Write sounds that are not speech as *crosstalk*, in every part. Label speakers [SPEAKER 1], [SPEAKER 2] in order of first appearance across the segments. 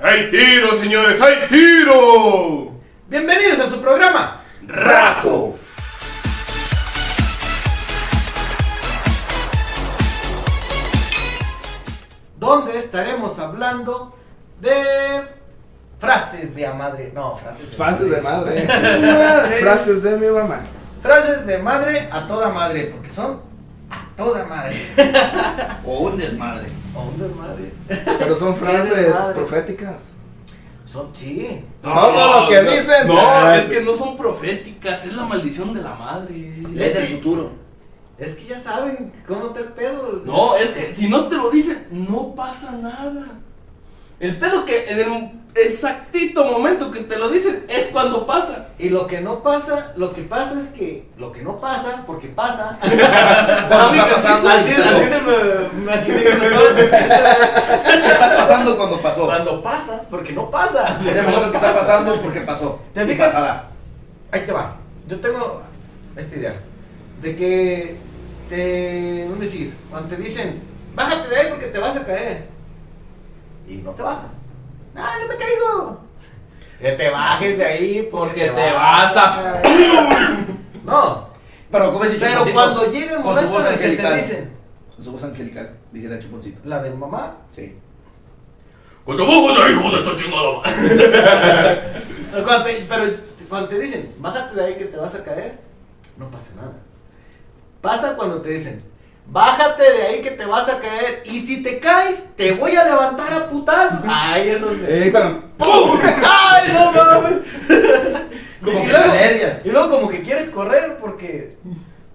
[SPEAKER 1] ¡Hay tiro, señores! ¡Hay tiro!
[SPEAKER 2] Bienvenidos a su programa.
[SPEAKER 1] ¡Rajo!
[SPEAKER 2] donde estaremos hablando de frases de a madre. No, frases de
[SPEAKER 3] Frases de madre.
[SPEAKER 2] Madres.
[SPEAKER 3] Frases de mi mamá.
[SPEAKER 2] Frases de madre a toda madre, porque son a toda madre.
[SPEAKER 4] O un desmadre.
[SPEAKER 2] O un desmadre.
[SPEAKER 3] Pero son
[SPEAKER 2] de
[SPEAKER 3] frases
[SPEAKER 2] madre.
[SPEAKER 3] proféticas.
[SPEAKER 2] Son, sí.
[SPEAKER 3] Todo lo que dicen.
[SPEAKER 4] No,
[SPEAKER 3] se-
[SPEAKER 4] es que no son proféticas, es la maldición de la madre.
[SPEAKER 2] Es
[SPEAKER 4] Es
[SPEAKER 2] del
[SPEAKER 4] del futuro.
[SPEAKER 2] Es que ya saben cómo te pedo.
[SPEAKER 4] No, es que si no te lo dicen, no pasa nada. El pedo que en el exactito momento que te lo dicen es cuando pasa.
[SPEAKER 2] Y lo que no pasa, lo que pasa es que lo que no pasa, porque pasa.
[SPEAKER 3] Cuando está pasando.
[SPEAKER 2] así, así se me imaginé que lo estabas diciendo.
[SPEAKER 5] está pasando cuando pasó.
[SPEAKER 2] Cuando pasa, porque no pasa.
[SPEAKER 5] Es el momento que está pasando porque pasó.
[SPEAKER 2] ¿Te
[SPEAKER 5] Y
[SPEAKER 2] fijas?
[SPEAKER 5] pasará.
[SPEAKER 2] Ahí te va. Yo tengo esta idea de que te. ¿Dónde decir? Cuando te dicen, bájate de ahí porque te vas a caer. Y no te bajas. No, no me caigo. Que te bajes de ahí
[SPEAKER 4] Porque te vas a-
[SPEAKER 2] No.
[SPEAKER 5] Pero como dice
[SPEAKER 2] Pero
[SPEAKER 5] Chuponcito,
[SPEAKER 2] cuando llega el
[SPEAKER 5] con su
[SPEAKER 2] momento
[SPEAKER 5] voz
[SPEAKER 2] en el que te
[SPEAKER 5] angelical.
[SPEAKER 2] dicen
[SPEAKER 5] Con su voz angelical, dijera Chuponcito.
[SPEAKER 2] la de mamá,
[SPEAKER 5] Sí.
[SPEAKER 1] ¡Cuando vamos de Pues hijo de tu chingada madre!
[SPEAKER 2] Pero cuando, te, pero cuando te dicen, bájate de ahí que te vas a caer, no pasa nada. Pasa cuando te dicen, bájate de ahí que te vas a caer y si te caes, te voy a levantar a putazos. Ay, eso es...
[SPEAKER 3] Eh, cuando-
[SPEAKER 2] ¡Pum! ¡Ay, no mames!
[SPEAKER 5] Como
[SPEAKER 2] y,
[SPEAKER 5] que
[SPEAKER 2] luego,
[SPEAKER 5] valerias.
[SPEAKER 2] y luego como que quieres correr porque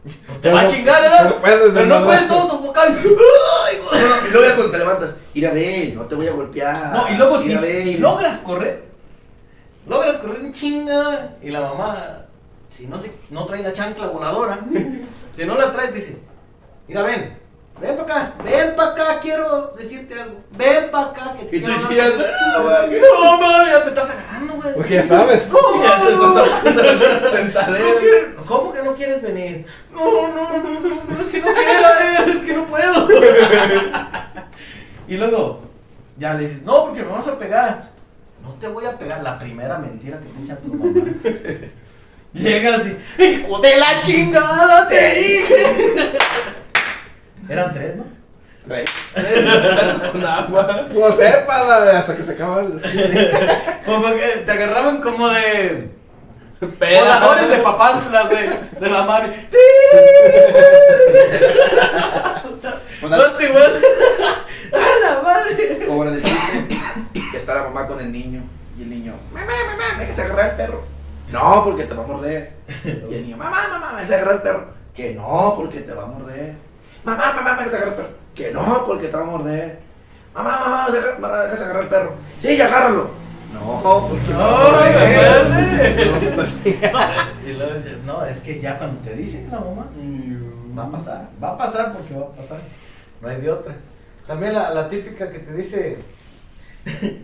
[SPEAKER 2] pues, te
[SPEAKER 3] Pero
[SPEAKER 2] va a
[SPEAKER 3] no-
[SPEAKER 2] chingar, ¿verdad?
[SPEAKER 3] no puedes,
[SPEAKER 2] Pero no
[SPEAKER 3] no
[SPEAKER 2] puedes
[SPEAKER 3] vas.
[SPEAKER 2] todo sofocar. ¡Ay, güey!
[SPEAKER 5] No, no, y luego ya cuando te levantas, ir a ver, no te voy a golpear.
[SPEAKER 2] No, y luego si,
[SPEAKER 5] Ir a ver.
[SPEAKER 2] si logras correr, Ah, logras correr en chinga. Y la mamá, si no se, no trae la chancla *laughs* voladora, si no la trae, dice, mira, ven, ven para acá, ven para acá, quiero decirte algo, ven para acá que te
[SPEAKER 4] Y tú
[SPEAKER 2] quiero hablar".
[SPEAKER 4] ya, "Ah, güey".
[SPEAKER 2] No, mamá, ya te estás agarrando, güey.
[SPEAKER 3] Porque ya sabes.
[SPEAKER 2] No, mamá,
[SPEAKER 4] Ya te
[SPEAKER 2] no,
[SPEAKER 4] estás
[SPEAKER 2] no
[SPEAKER 4] sentadera.
[SPEAKER 2] quiero- ¿Cómo que no quieres venir? No, no, no, no, no, es que no quiero, eh, es que no puedo. y luego ya le dices, no, porque me vas a pegar. No te voy a pegar la primera mentira que te echa tu mamá. Llegas y, hijo de la chingada, te dije. Eran tres, ¿no?
[SPEAKER 4] Con agua.
[SPEAKER 3] *laughs* Pues sepa la- hasta que se acaba el
[SPEAKER 2] Como que te agarraban como de
[SPEAKER 4] Pero-
[SPEAKER 2] voladores de papantla, güey, de la mano.
[SPEAKER 5] Con la-
[SPEAKER 2] No te vas *laughs* a la madre.
[SPEAKER 5] Como en el chiste, que está la mamá con el niño. Y el niño, mamá, mamá, me dejas agarrar el perro. No, porque te va a morder. Y el niño, mamá, mamá, me dejas agarrar el perro. Que no, porque te va a morder. Mamá, mamá, me dejas agarrar el perro. Que no, porque te va a morder. Mamá, mamá, me dejas- me dejas agarrar el perro. Sí, agárralo. No, porque no,
[SPEAKER 2] No, la madre.
[SPEAKER 5] morder.
[SPEAKER 2] Y luego dices, no, es que ya cuando te dicen la mamá, va a pasar, va a pasar porque va a pasar. No hay de otra. También la, la típica que te dice *laughs*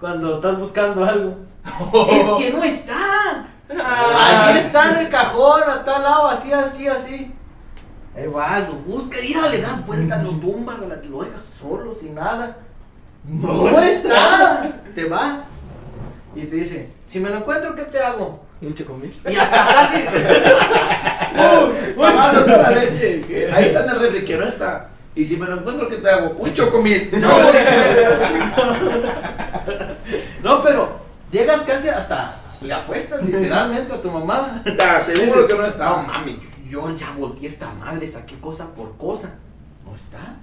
[SPEAKER 2] cuando estás buscando *laughs* algo. Es que no está. Ahí está en el cajón, a tal lado, así, así, así. Ahí vas, lo busca, mira, le das vuelta, lo tumbas, lo- lo dejas solo, sin nada. No, está. Te vas. Y te dice, si me lo encuentro, ¿qué te hago?
[SPEAKER 3] Un chocomil.
[SPEAKER 2] Y hasta
[SPEAKER 5] *laughs*
[SPEAKER 2] casi.
[SPEAKER 5] Mamá, no está la leche. que Ahí está en el refri, que no está. Y si me lo encuentro, ¿qué te hago? Un
[SPEAKER 2] *laughs*
[SPEAKER 5] chocomil.
[SPEAKER 2] No, pero llegas casi hasta. Le apuestas literalmente a tu mamá.
[SPEAKER 5] Está, seguro que no está.
[SPEAKER 2] Ah, No mami, yo ya volteé esta madre, saqué cosa por cosa. No está.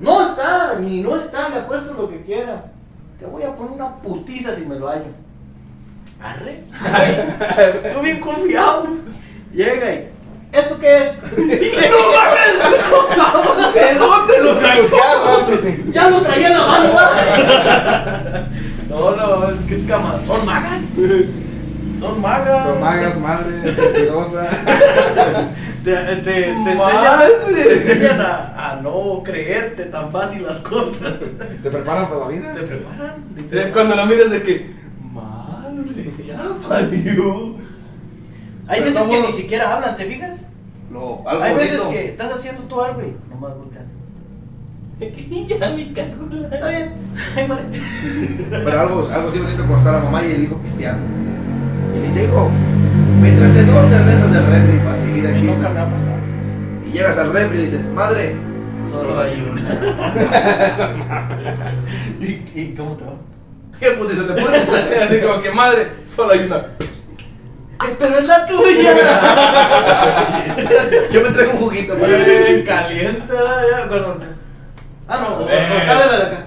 [SPEAKER 2] No está, ni no está, le apuesto lo que quiera. Te voy a poner una putiza si me lo hallo. Arre. *laughs* Tú bien confiado. Llega y. ¿Esto qué *laughs* es? Dice, no mames, no está, ¿de dónde lo
[SPEAKER 3] Buscando, sí, sí.
[SPEAKER 2] ya lo traía en la mano, ¿verdad? *laughs* No, no, es que es cama. ¿Son magas? Son magas.
[SPEAKER 3] Son
[SPEAKER 2] *laughs*
[SPEAKER 3] magas, madres, mentirosas.
[SPEAKER 2] Te, te, te enseñan,
[SPEAKER 4] Madre.
[SPEAKER 2] te enseñan a, a no creerte tan fácil las cosas. Te
[SPEAKER 3] Te preparan para la vida.
[SPEAKER 2] preparan.
[SPEAKER 4] Ya Cuando la miras de que. Madre, ya valió.
[SPEAKER 2] Hay
[SPEAKER 5] Pero
[SPEAKER 2] veces que
[SPEAKER 5] somos-
[SPEAKER 2] ni siquiera hablan, ¿te fijas?
[SPEAKER 5] Lo, algo
[SPEAKER 2] Hay veces
[SPEAKER 5] bonito.
[SPEAKER 2] que estás haciendo tú algo y nomás voltean.
[SPEAKER 4] ya me cago en la-
[SPEAKER 2] Está bien. Ay, madre.
[SPEAKER 5] Pero algo, algo sí bonito como está la mamá y el hijo pisteando. Y le dice, hijo, me traje dos cervezas del refri para seguir aquí.
[SPEAKER 2] Nunca me ha pasado.
[SPEAKER 5] Y llegas al refri y dices, madre,
[SPEAKER 2] Solo hay
[SPEAKER 5] una.
[SPEAKER 2] *laughs* ¿Y, y cómo te va?
[SPEAKER 5] ¿Qué puto se te pone?
[SPEAKER 4] *laughs* Así como que madre, solo hay una.
[SPEAKER 2] Ay, pero es la *laughs* tuya.
[SPEAKER 5] Yo me traigo un juguito, madre.
[SPEAKER 2] Eh, Caliente, ya, cuando te- Ah, no, o- o-
[SPEAKER 1] Eh.
[SPEAKER 2] está de la de acá.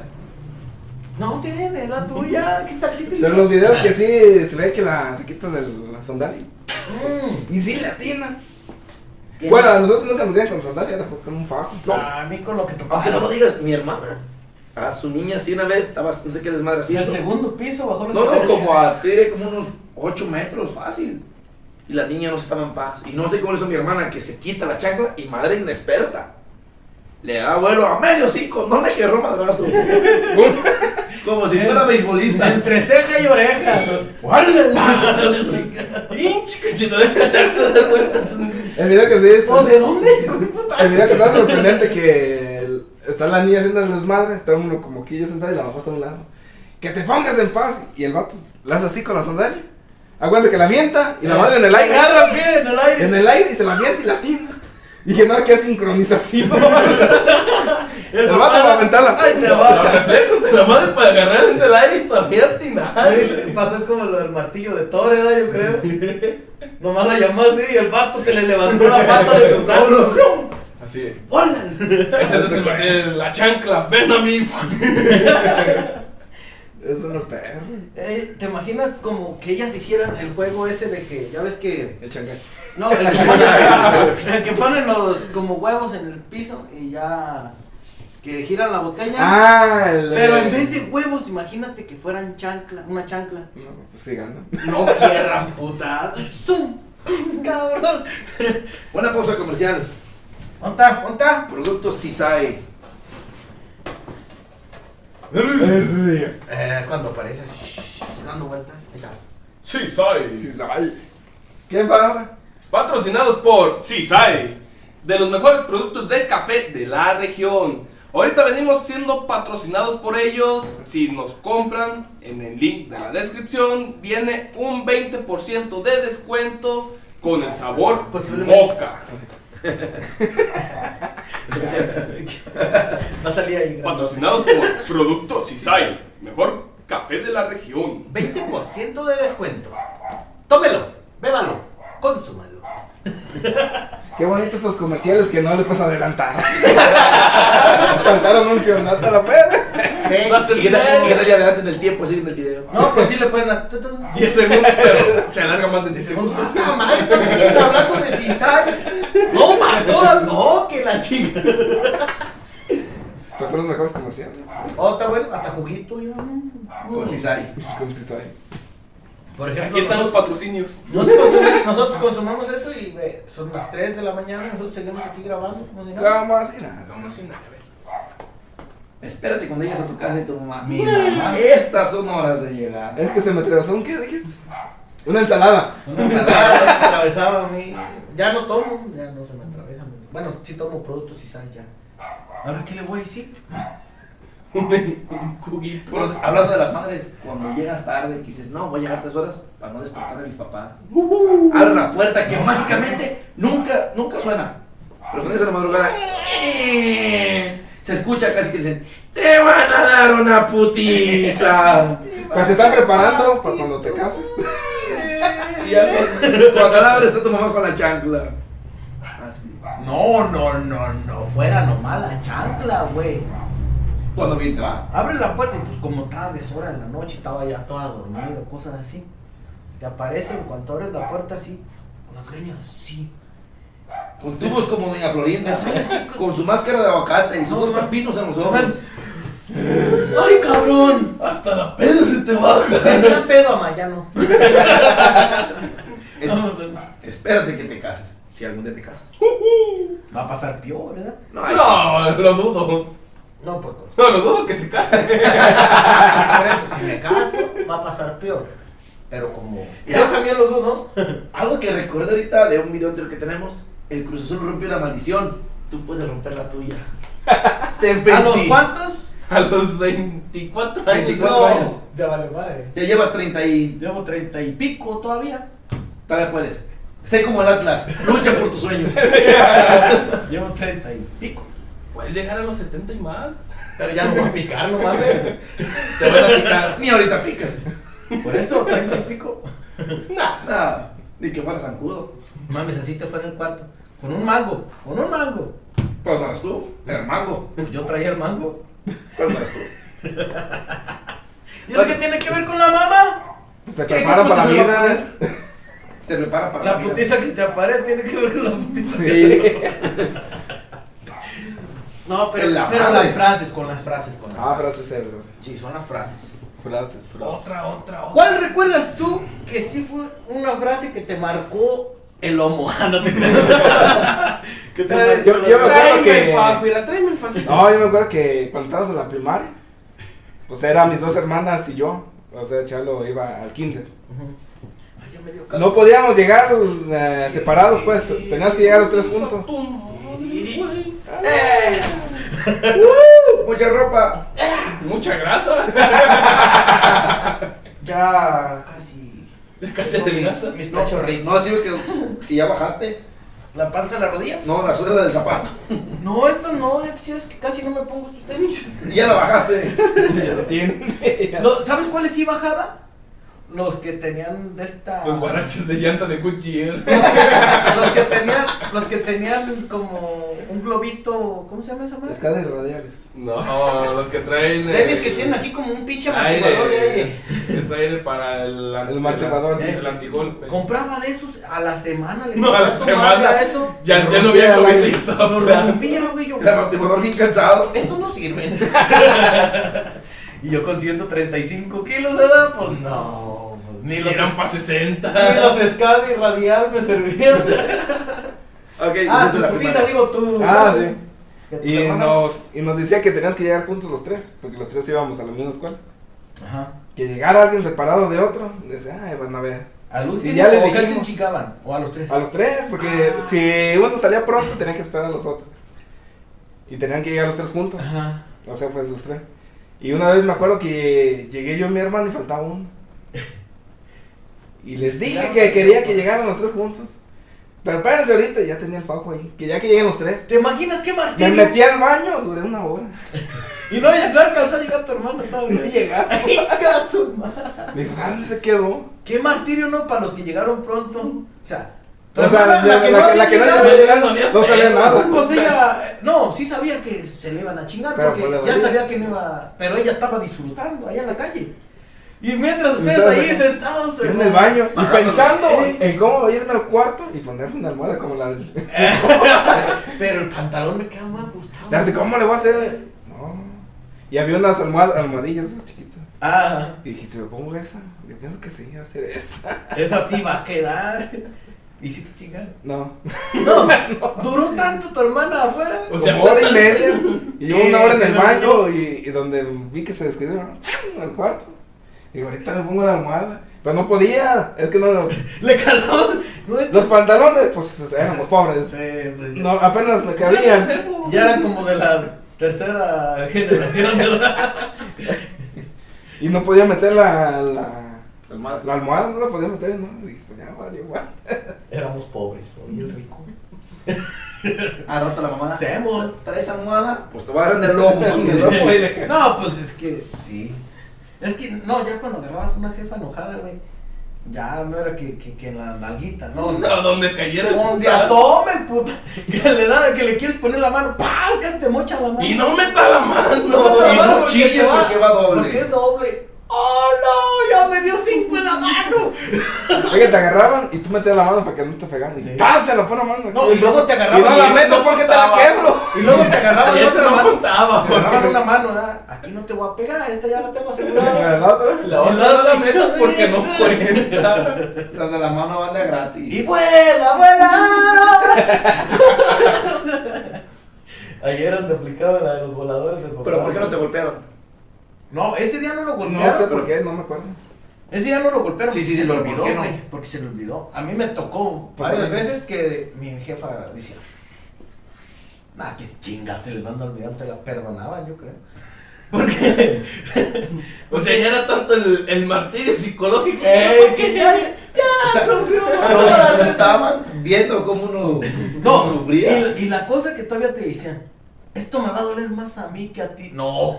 [SPEAKER 2] No tiene, es la tuya. ¿Qué salsita?
[SPEAKER 3] Pero en los videos que sí se ve que la se quita de la sandalia.
[SPEAKER 2] Mm.
[SPEAKER 3] Y sí, latina. Bueno, a nosotros nunca nos dieron con sandalia, era con un fajo.
[SPEAKER 5] No.
[SPEAKER 2] A mí con lo que tocaba.
[SPEAKER 5] Aunque no lo digas, mi hermana, a su niña sí una vez estaba, no sé qué desmadre
[SPEAKER 2] Y al
[SPEAKER 5] haciendo.
[SPEAKER 2] segundo piso bajó la
[SPEAKER 5] No, no,
[SPEAKER 2] escalera.
[SPEAKER 5] como a, tiene como unos 8 metros, fácil. Y la niña no se estaba en paz. Y no sé cómo le hizo mi hermana, que se quita la chancla y madre inexperta. Le da vuelo a medio cinco, no le querró madrazo. *laughs* como si fuera beisbolista.
[SPEAKER 2] Entre ceja y oreja.
[SPEAKER 4] Pinche cochino, déjate hacer de vueltas.
[SPEAKER 3] *laughs* El video que sí es.
[SPEAKER 2] ¿O de dónde? hijo de puta?
[SPEAKER 3] El video que está sorprendente que el- está la niña haciendo el desmadre, está uno como que yo sentada y la mamá está a un lado. Que te pongas en paz. Y el vato la hace así con la sandalia. Aguanta que la mienta y la madre en el aire.
[SPEAKER 2] Agarra el pie en el aire.
[SPEAKER 3] En el aire y se la mienta y la tira. Y dije, no,
[SPEAKER 2] *laughs*
[SPEAKER 3] que sincronización. el vato
[SPEAKER 2] papá-
[SPEAKER 3] va a aventar la
[SPEAKER 2] Ay, te
[SPEAKER 4] Los
[SPEAKER 2] va.
[SPEAKER 4] reflejos de la madre para agarrar en el aire y todavía atinar.
[SPEAKER 2] Ahí Pasó como lo del martillo de Torre, ¿verdad? yo creo. Nomás la llamó así y el vato se le levantó la pata de cruzarlo.
[SPEAKER 3] Así.
[SPEAKER 2] ¡Hola!
[SPEAKER 4] Ese es el, el- la chancla, ven a mí.
[SPEAKER 3] Eso no está. ¿eh?
[SPEAKER 2] Eh, ¿Te imaginas como que ellas hicieran el juego ese de que, ya ves que...
[SPEAKER 3] El chancay.
[SPEAKER 2] No, el que ponen, el que ponen los como huevos en el piso y ya... Que giran la botella.
[SPEAKER 3] Ah, el.
[SPEAKER 2] Pero en vez de huevos, imagínate que fueran chancla, una chancla.
[SPEAKER 3] No, pues sí gana.
[SPEAKER 2] No quieran, puta. ¡Zum! ¡Paz, cabrón!
[SPEAKER 5] Una pausa comercial.
[SPEAKER 2] ¿Onta? ¿Onta?
[SPEAKER 5] Productos Sisai.
[SPEAKER 2] Eh, cuando aparece así, shh, dando vueltas. ahí está.
[SPEAKER 4] Sí, soy.
[SPEAKER 3] Sí, sabe. ¿Quién va ahora?
[SPEAKER 4] Patrocinados por CISAI, de los mejores productos de café de la región. Ahorita venimos siendo patrocinados por ellos. Si nos compran, en el link de la descripción viene un 20% de descuento con el sabor
[SPEAKER 2] Posiblemente.
[SPEAKER 4] moca.
[SPEAKER 2] Va a salir ahí.
[SPEAKER 4] Patrocinados por Productos CISAI, mejor café de la región.
[SPEAKER 2] 20% de descuento. Tómelo, bébalo, consúmalo.
[SPEAKER 3] Qué bonito estos comerciales que no le puedes *laughs* adelantar. Saltaron un fionata a la pena.
[SPEAKER 4] Va a ser
[SPEAKER 5] Y que tal- y que
[SPEAKER 4] bien.
[SPEAKER 5] tal ya adelante en el tiempo, así en el video.
[SPEAKER 2] No, pues sí le pueden dar. tu, tu, tu,
[SPEAKER 4] 10 segundos, pero *laughs* se alarga más de 10
[SPEAKER 2] segundos.
[SPEAKER 4] segundos.
[SPEAKER 2] ¡Hasta Ah, madre! todavía siguen hablando de Cisal! ¡No, mató! ¡No, que la chica!
[SPEAKER 3] Pues son los mejores comerciales.
[SPEAKER 2] Oh, está bueno, hasta juguito. y- mm, mm.
[SPEAKER 5] Con Sisai.
[SPEAKER 3] Con si sabe.
[SPEAKER 2] Por ejemplo,
[SPEAKER 4] Aquí están los patrocinios.
[SPEAKER 2] Nosotros consumimos, nosotros consumimos eso y eh, son las 3 de la mañana y nosotros seguimos aquí grabando como si nada.
[SPEAKER 3] Claro, más y nada.
[SPEAKER 5] Espérate cuando llegues a tu casa y tu mamá. Mi mamá. Estas son horas de llegar.
[SPEAKER 3] Es que se me atravesó un qué dijiste. Una ensalada.
[SPEAKER 2] Una ensalada se me atravesaba a mí. Ya no tomo, ya no se me atravesan. Bueno, sí tomo productos y sal ya. Ahora, ¿qué le voy a decir?
[SPEAKER 4] Un juguito.
[SPEAKER 5] Por- Hablando de las madres, cuando llegas tarde y dices, no, voy a llegar tres horas para no despertar a mis papás.
[SPEAKER 4] Uh-huh.
[SPEAKER 5] Abre la puerta que mágicamente nunca, nunca suena. Pero cuando es a la madrugada, se escucha casi que dicen, te van a dar una putiza.
[SPEAKER 3] Pero te están preparando para cuando te cases. *laughs*
[SPEAKER 5] y ya cuando- cuando la abres está tu mamá con la chancla. Ah, Así.
[SPEAKER 2] No, no, no, no. Fuera nomás la chancla, güey.
[SPEAKER 5] Cuando bien te va.
[SPEAKER 2] Abre la puerta y pues como estaba deshora en la noche, estaba ya toda dormida, cosas así. Te aparece en cuanto abres la puerta así, con las greñas así.
[SPEAKER 5] Con tubos como Doña Florinda, con su máscara de aguacate y sus dos pepinos en los
[SPEAKER 2] O
[SPEAKER 5] ojos.
[SPEAKER 2] sea, ¡Ay, cabrón!
[SPEAKER 4] Hasta la peda se te baja.
[SPEAKER 2] *laughs* Tenía pedo, ama, ya no.
[SPEAKER 5] Es- espérate que te cases, si algún día te casas.
[SPEAKER 2] Va a pasar peor, ¿verdad?
[SPEAKER 5] No, ay,
[SPEAKER 4] No, lo dudo.
[SPEAKER 2] No, pues, por cosa.
[SPEAKER 4] No, lo dudo que se case. *laughs*
[SPEAKER 2] Por eso, si me caso, va a pasar peor. Pero como.
[SPEAKER 5] Yo
[SPEAKER 2] también lo dudo.
[SPEAKER 5] Algo que recuerdo ahorita de un video anterior que tenemos, el Cruz Azul rompió la maldición, tú puedes romper la tuya.
[SPEAKER 4] Te
[SPEAKER 2] ¿A los
[SPEAKER 4] veinti-
[SPEAKER 2] cuantos?
[SPEAKER 4] A los 24 años.
[SPEAKER 5] 24
[SPEAKER 4] no.
[SPEAKER 5] años.
[SPEAKER 6] Ya vale madre.
[SPEAKER 5] Ya llevas 30 y.
[SPEAKER 2] Llevo treinta y pico todavía.
[SPEAKER 5] Todavía puedes. Sé como el Atlas. Lucha por tus sueños.
[SPEAKER 2] Llevo treinta y pico.
[SPEAKER 4] Puedes llegar a los 70 y más.
[SPEAKER 2] Pero ya no voy a picar, no mames.
[SPEAKER 5] Te vas a picar. Ni ahorita picas.
[SPEAKER 2] Por eso, treinta y pico.
[SPEAKER 4] Nah.
[SPEAKER 5] Nada. Ni que fuera zancudo.
[SPEAKER 2] Mames, así te fue en el cuarto. Con un mango, con un mango.
[SPEAKER 5] Pero no eres tú. El mango.
[SPEAKER 2] Pues yo traía el mango.
[SPEAKER 5] Pero no eres tú.
[SPEAKER 2] ¿Y eso qué tiene que ver con la mamá?
[SPEAKER 3] Se prepara para la vida.
[SPEAKER 5] Te prepara para
[SPEAKER 2] La
[SPEAKER 5] vida.
[SPEAKER 2] putiza que te aparece tiene que ver con la putiza.
[SPEAKER 3] Sí.
[SPEAKER 2] No, pero,
[SPEAKER 5] En la
[SPEAKER 2] pero
[SPEAKER 5] madre.
[SPEAKER 2] las frases, con las frases, con las
[SPEAKER 3] Ah,
[SPEAKER 2] frases.
[SPEAKER 3] frases célebres.
[SPEAKER 2] Sí, son las frases.
[SPEAKER 3] Frases, frases.
[SPEAKER 1] Otra, otra, otra.
[SPEAKER 2] ¿Cuál recuerdas tú que sí fue una frase que te marcó el lomo? *laughs* Ah, no te creas. que te
[SPEAKER 3] Eh,
[SPEAKER 2] marcó
[SPEAKER 3] yo-
[SPEAKER 2] el
[SPEAKER 3] yo me
[SPEAKER 2] lomo.
[SPEAKER 3] acuerdo
[SPEAKER 4] Tráeme
[SPEAKER 3] que-
[SPEAKER 4] el fajo, mira, tráeme el fajo.
[SPEAKER 3] No, yo me acuerdo que cuando estábamos en la primaria, pues eran mis dos hermanas y yo. O sea, Chalo iba al kinder.
[SPEAKER 2] Ay, ya me dio calor.
[SPEAKER 3] No podíamos llegar eh, separados, pues. Tenías que llegar los tres juntos.
[SPEAKER 4] Tu madre, güey.
[SPEAKER 2] ¡Eh!
[SPEAKER 5] Mucha ropa.
[SPEAKER 4] Mucha
[SPEAKER 2] *laughs*
[SPEAKER 4] grasa.
[SPEAKER 5] Ya casi.
[SPEAKER 4] Casi te grasa.
[SPEAKER 2] Mis
[SPEAKER 5] No,
[SPEAKER 2] tachos ricos.
[SPEAKER 5] no, sí, que, que ya bajaste.
[SPEAKER 2] ¿La panza de la rodilla?
[SPEAKER 5] No, la suela del zapato.
[SPEAKER 2] No, esto no, ya que sí, es que casi no me pongo estos tenis.
[SPEAKER 5] Ya la bajaste.
[SPEAKER 3] Tienen
[SPEAKER 2] Lo- ¿Sabes cuáles sí bajaba? Los que tenían de esta.
[SPEAKER 4] Los guaraches de llanta de Goodyear.
[SPEAKER 2] *laughs* los que tenían, los que tenían como un globito, ¿cómo se llama esa madre?
[SPEAKER 3] escalas radiales.
[SPEAKER 6] *laughs*
[SPEAKER 4] No, los que traen. eh,
[SPEAKER 2] Tenis que tienen aquí como un pinche amortiguador de
[SPEAKER 4] aire.
[SPEAKER 2] aires.
[SPEAKER 4] Es, es aire para el, anti-
[SPEAKER 3] El amortiguador,
[SPEAKER 4] el,
[SPEAKER 3] sí.
[SPEAKER 4] el antigolpe.
[SPEAKER 2] Compraba de esos a la semana, le
[SPEAKER 4] No, a la
[SPEAKER 2] compraba su madre
[SPEAKER 4] semana.
[SPEAKER 2] a eso.
[SPEAKER 4] Ya, ya no
[SPEAKER 3] Rompía
[SPEAKER 4] había
[SPEAKER 3] el
[SPEAKER 4] globes
[SPEAKER 3] aire.
[SPEAKER 4] y ya estaba
[SPEAKER 2] Lo
[SPEAKER 4] hablando.
[SPEAKER 2] rompía, güey, yo.
[SPEAKER 5] El amortiguador bien cansado.
[SPEAKER 2] Estos no sirven. *laughs* y yo con 135 kilos de edad, pues no.
[SPEAKER 4] *laughs*
[SPEAKER 2] pues,
[SPEAKER 4] Ni
[SPEAKER 2] ni
[SPEAKER 4] los eran
[SPEAKER 2] los
[SPEAKER 4] para 60.
[SPEAKER 2] ni los Scadi radial me servían.
[SPEAKER 5] Ok,
[SPEAKER 2] ah,
[SPEAKER 5] desde
[SPEAKER 2] tu putiza,
[SPEAKER 5] la primaria.
[SPEAKER 2] digo tú.
[SPEAKER 3] Ah, sí.
[SPEAKER 2] Que tus
[SPEAKER 3] Y
[SPEAKER 2] hermanas-
[SPEAKER 3] nos, y nos decía que tenías que llegar juntos los tres, porque los tres íbamos a la misma escuela.
[SPEAKER 2] Ajá.
[SPEAKER 3] Que llegara alguien separado de otro, decía, ay, van a ver.
[SPEAKER 2] Al último,
[SPEAKER 3] ya les
[SPEAKER 2] o casi
[SPEAKER 3] dijimos.
[SPEAKER 2] chicaban, o a los tres.
[SPEAKER 3] A los tres, porque
[SPEAKER 2] Ah.
[SPEAKER 3] si uno salía pronto, tenían que esperar a los otros. Y tenían que llegar los tres juntos.
[SPEAKER 2] Ajá.
[SPEAKER 3] O sea, pues los tres. Y una vez me acuerdo que llegué yo y mi hermano y faltaba uno. Y les dije que quería que llegaran los tres juntos. Pero espérense ahorita, ya tenía el fajo ahí. Que ya que lleguen los tres.
[SPEAKER 2] ¿Te imaginas qué
[SPEAKER 3] Me
[SPEAKER 2] martirio?
[SPEAKER 3] metí al baño, duré una hora.
[SPEAKER 2] Y no, ya no alcanzó a llegar tu hermano todavía. *laughs*
[SPEAKER 3] No llegaba.
[SPEAKER 2] Venga, su madre.
[SPEAKER 3] Me dijo, ¿a dónde se quedó?
[SPEAKER 2] Qué martirio, ¿no? Para los que llegaron pronto. O sea, tu
[SPEAKER 3] O sea,
[SPEAKER 2] hermana,
[SPEAKER 3] la, que no, la que no
[SPEAKER 2] había
[SPEAKER 3] estaba
[SPEAKER 2] llegado,
[SPEAKER 3] llegando, no Eh, sabía nada.
[SPEAKER 2] Pues ella, eh, no, sí sabía que se le iban a chingar
[SPEAKER 3] Pero
[SPEAKER 2] porque
[SPEAKER 3] pues le
[SPEAKER 2] ya
[SPEAKER 3] valía.
[SPEAKER 2] sabía que no iba. Pero ella estaba disfrutando allá en la calle. Y mientras ustedes
[SPEAKER 3] Entonces,
[SPEAKER 2] ahí sentados
[SPEAKER 3] En el baño y
[SPEAKER 5] Pagándole.
[SPEAKER 3] pensando
[SPEAKER 2] Eh.
[SPEAKER 3] en cómo irme al cuarto y ponerme una almohada como la *laughs* del.
[SPEAKER 2] Pero el pantalón me queda más gustado.
[SPEAKER 3] Le hace, ¿cómo le voy a hacer? No. Y había unas almohadas, almohadillas esas chiquitas.
[SPEAKER 2] Ah,
[SPEAKER 3] Y dije, si me pongo esa, yo pienso que sí, va a ser esa.
[SPEAKER 2] esa sí va a quedar. ¿Y si te chingaron?
[SPEAKER 3] No,
[SPEAKER 2] No, duró tanto tu hermana afuera.
[SPEAKER 4] O sea,
[SPEAKER 3] como hora y media. Y yo
[SPEAKER 2] ¿Qué?
[SPEAKER 3] una hora en
[SPEAKER 2] ¿Se
[SPEAKER 3] el
[SPEAKER 2] me olvidó?
[SPEAKER 3] baño y, y donde vi que se descuidó, ¿no? *laughs* al cuarto. Y digo, ahorita me pongo la almohada. Pero no podía, es que no.
[SPEAKER 2] Le caló. No es-
[SPEAKER 3] Los pantalones, pues éramos pobres.
[SPEAKER 2] Sí, pues,
[SPEAKER 3] No, apenas me
[SPEAKER 4] Era
[SPEAKER 3] cabían.
[SPEAKER 4] cebo.
[SPEAKER 2] Ya eran como de la tercera generación, ¿verdad?
[SPEAKER 3] Y no podía meter la, la,
[SPEAKER 5] El mal.
[SPEAKER 3] la almohada, no la podía meter, ¿no? Y dije, pues ya, vale,
[SPEAKER 2] *laughs*
[SPEAKER 3] igual.
[SPEAKER 2] Éramos pobres, hoy el rico.
[SPEAKER 5] Ah, rota la mamada.
[SPEAKER 2] Hacemos.
[SPEAKER 5] ¿Traes almohada? Pues te voy a agarrar
[SPEAKER 3] *laughs*
[SPEAKER 5] en el lomo.
[SPEAKER 3] Porque
[SPEAKER 5] porque
[SPEAKER 3] no
[SPEAKER 5] no-
[SPEAKER 3] puede.
[SPEAKER 2] No, pues es que.
[SPEAKER 5] Sí.
[SPEAKER 2] Es que, no, ya cuando agarrabas una jefa enojada, güey. Ya no era que, que, que en la nalguita, no.
[SPEAKER 4] No, donde cayera. el
[SPEAKER 2] Donde
[SPEAKER 4] putazo.
[SPEAKER 2] asome, puta. Que le da, que le quieres poner la mano. ¡Pah! Casi te mocha la mano.
[SPEAKER 4] Y no meta la mano.
[SPEAKER 2] No,
[SPEAKER 5] Y
[SPEAKER 2] no,
[SPEAKER 5] no
[SPEAKER 2] porque
[SPEAKER 5] chille
[SPEAKER 2] va-
[SPEAKER 5] porque va doble.
[SPEAKER 2] Porque es doble. ¡Oh, no! Ya me dio cinco en la mano.
[SPEAKER 3] Oye, te agarraban y tú metías la mano para que no te pegaran. Y
[SPEAKER 2] Sí.
[SPEAKER 3] pásalo, pon la mano.
[SPEAKER 2] No, y luego te
[SPEAKER 3] Y no
[SPEAKER 2] agarraban.
[SPEAKER 3] la
[SPEAKER 2] y-
[SPEAKER 3] meto porque te la quebro.
[SPEAKER 2] Y luego te agarraban
[SPEAKER 4] Y
[SPEAKER 2] la
[SPEAKER 4] ese
[SPEAKER 2] otra
[SPEAKER 4] no *laughs*
[SPEAKER 2] mano.
[SPEAKER 4] contaba.
[SPEAKER 2] Te *laughs* agarraban una mano, ¿verdad? Aquí no te voy a pegar, esta ya la tengo asegurada.
[SPEAKER 3] Pero la
[SPEAKER 4] *laughs*
[SPEAKER 3] otra.
[SPEAKER 4] La otra no la metas porque
[SPEAKER 2] *laughs*
[SPEAKER 4] no *laughs* cuenta.
[SPEAKER 5] Los de la mano anda gratis.
[SPEAKER 2] Y vuela, vuela. *laughs* Ayer donde aplicaba la de los voladores del
[SPEAKER 5] ¿Pero por qué no te golpearon? *laughs*
[SPEAKER 2] No, ese día Pues no lo golpearon.
[SPEAKER 3] No sé por qué, no me acuerdo.
[SPEAKER 2] Ese día no lo golpearon.
[SPEAKER 5] Sí, sí, se
[SPEAKER 2] lo
[SPEAKER 5] lo
[SPEAKER 2] olvidó,
[SPEAKER 5] olvidó, ¿por qué no?
[SPEAKER 2] güey, Porque se le olvidó. A mí me tocó
[SPEAKER 3] Pues,
[SPEAKER 2] varias
[SPEAKER 3] sí.
[SPEAKER 2] veces que mi jefa decía, Nah, que chingas, se les van a olvidar, te la perdonaban, yo creo. *laughs*
[SPEAKER 5] *laughs*
[SPEAKER 2] Porque.
[SPEAKER 6] O sea, ya era tanto el, el martirio psicológico.
[SPEAKER 2] ¡Ey! que ya, ya
[SPEAKER 5] *laughs*
[SPEAKER 2] sufrió dos horas,
[SPEAKER 5] Nos
[SPEAKER 2] ¿no?
[SPEAKER 5] estaban viendo cómo uno
[SPEAKER 2] No,
[SPEAKER 5] sufría.
[SPEAKER 2] Y, y la cosa que todavía te decían, esto me va a doler más a mí que a ti. *laughs* No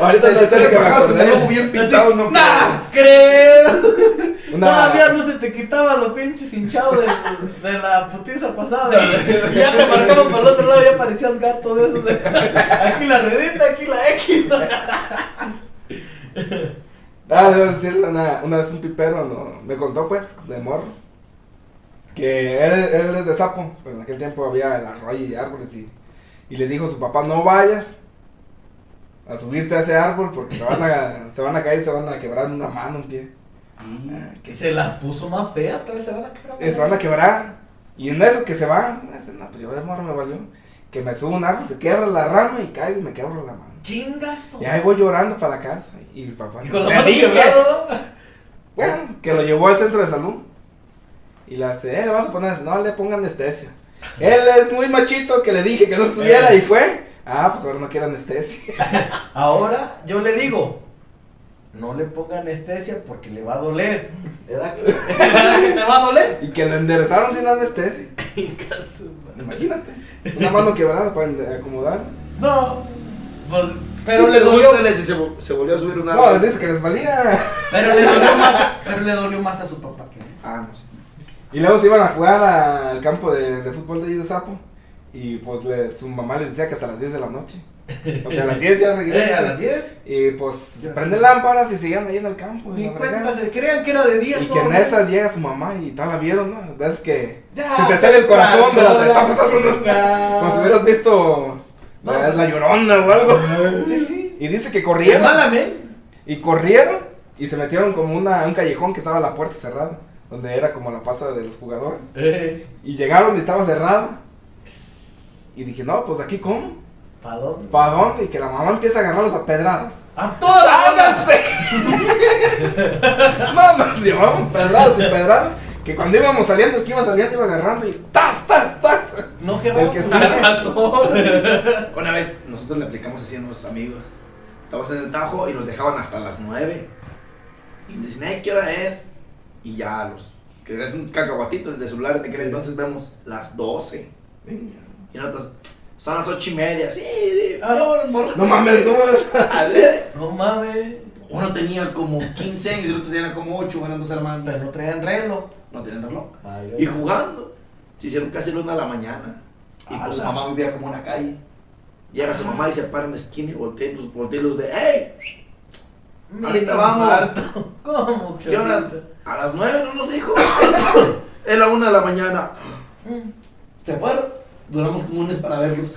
[SPEAKER 3] Ahorita está
[SPEAKER 5] Te
[SPEAKER 3] cerca
[SPEAKER 5] lo
[SPEAKER 3] que me
[SPEAKER 5] pagaba, se
[SPEAKER 3] acordé.
[SPEAKER 5] te lo bien pintado, no.
[SPEAKER 2] ¡No creo!
[SPEAKER 3] Una-
[SPEAKER 2] Todavía no se te quitaba lo pinches hinchado de, de la putiza pasada. *laughs* Y ya te marcaban por el otro lado, ya parecías gato de esos. de- aquí la redita, aquí la X.
[SPEAKER 3] Ah, debo decirle una, una vez un pipero no, me contó pues, de morro, que él, él es de sapo, pero en aquel tiempo había el arroyo y árboles y, y le dijo a su papá, no vayas a subirte a ese árbol porque se van a, *laughs* se van a caer, se van a quebrar una mano, un pie.
[SPEAKER 2] *laughs* Que se la puso más fea, todavía se van a quebrar.
[SPEAKER 3] Eh, se van a quebrar. Y en eso que se van, ese, no, pues yo de morro me valió, que me subo a un árbol, se quebra la rama y caigo y me quebro la mano.
[SPEAKER 2] Chingazo.
[SPEAKER 3] Y ahí voy llorando para la casa y mi papá...
[SPEAKER 2] Y
[SPEAKER 3] no,
[SPEAKER 2] con la
[SPEAKER 3] "Te
[SPEAKER 2] mano
[SPEAKER 3] dije".
[SPEAKER 2] quebrada, ¿no?
[SPEAKER 3] Bueno, que lo llevó al centro de salud. Y le hace, eh, le vas a poner, no le ponga anestesia. Él es muy machito que le dije que no se subiera y fue. Ah, pues ahora no quiere anestesia.
[SPEAKER 2] Ahora yo le digo, no le ponga anestesia porque le va a doler. ¿Verdad *laughs* que, ¿verdad que te va a
[SPEAKER 3] *laughs*
[SPEAKER 2] doler?
[SPEAKER 3] Y que lo enderezaron sin anestesia. Imagínate. Una mano quebrada para ende- acomodar.
[SPEAKER 2] No, pues, pero le dolió,
[SPEAKER 5] Pregúntale si se, vol- se volvió a subir una.
[SPEAKER 3] No, dice que les valía.
[SPEAKER 2] pero le dolió más, pero le dolió más a su papá que a mí.
[SPEAKER 5] Ah, no sé.
[SPEAKER 3] Y luego se iban a jugar al campo de, de fútbol de ahí de Sapo. Y pues le- su mamá les decía que hasta las 10 de la noche. O sea, a las 10
[SPEAKER 2] Eh, *laughs*
[SPEAKER 3] ya
[SPEAKER 2] a las
[SPEAKER 3] regresan.
[SPEAKER 2] 10.
[SPEAKER 3] Y pues se prenden lámparas y siguen ahí en el campo. y
[SPEAKER 2] Ni
[SPEAKER 3] la fregada.
[SPEAKER 2] cuenta, se crean que era de día.
[SPEAKER 3] Y
[SPEAKER 2] todo,
[SPEAKER 3] que en
[SPEAKER 2] ¿no?
[SPEAKER 3] esas llega su mamá y tal, la vieron, ¿no? De esas que.
[SPEAKER 2] Ya,
[SPEAKER 3] se te sale el corazón de las de-
[SPEAKER 2] la chinga.
[SPEAKER 3] Como si hubieras visto.
[SPEAKER 2] Ah. No.
[SPEAKER 3] La, la llorona o algo.
[SPEAKER 2] *laughs* Sí, sí.
[SPEAKER 3] Y dice que
[SPEAKER 2] Y
[SPEAKER 3] corrieron. Y corrieron y se metieron como una, un callejón que estaba la puerta cerrada. Donde era como la pasa de los jugadores. Y llegaron y estaba cerrada. Y dije, no, pues de aquí cómo.
[SPEAKER 2] ¿Para dónde?
[SPEAKER 3] ¿Para dónde? Y que la mamá empieza a agarrarlos a pedradas.
[SPEAKER 2] ¡A todas!
[SPEAKER 3] ¡Sálganse! *laughs* no, nos llevamos pedradas y pedradas. Que cuando íbamos saliendo, el que iba saliendo iba agarrando y ¡tas, tas, tas!
[SPEAKER 2] No,
[SPEAKER 3] El
[SPEAKER 2] Gerardo.
[SPEAKER 3] que
[SPEAKER 6] Al
[SPEAKER 3] sale.
[SPEAKER 6] paso.
[SPEAKER 5] Una vez nosotros le aplicamos así a nuestros amigos. Estábamos en el Tajo y nos dejaban hasta las 9. Y me dicen, "Ey, ¿qué hora es? Y ya los. Que eres un cacahuatito desde celular de aquel entonces vemos las 12. Y nosotros, son las 8 y media. Sí, sí.
[SPEAKER 2] Ah.
[SPEAKER 5] vámonos, morra.
[SPEAKER 3] No mames, *laughs* no mames.
[SPEAKER 5] Así.
[SPEAKER 2] *laughs* No mames.
[SPEAKER 6] Uno tenía como 15 años y el otro tenía como 8, eran dos hermanos.
[SPEAKER 2] Pero no traían reloj.
[SPEAKER 5] No tienen reloj.
[SPEAKER 2] Vale.
[SPEAKER 5] Y jugando. Se hicieron casi la una de la mañana. Y
[SPEAKER 2] Ah,
[SPEAKER 5] pues su
[SPEAKER 2] la-
[SPEAKER 5] mamá vivía como una calle. Llega su mamá y se para en la esquina y voltea y los, voltea y los ve, ¡Ey! Ahorita vamos.
[SPEAKER 2] Marto. *laughs* ¿Cómo que
[SPEAKER 5] ¿Qué horas?
[SPEAKER 2] ahorita?
[SPEAKER 5] A las nueve no nos dijo. *coughs* es la una de la mañana.
[SPEAKER 2] Mm.
[SPEAKER 6] Se fueron. Duramos como un mes para verlos.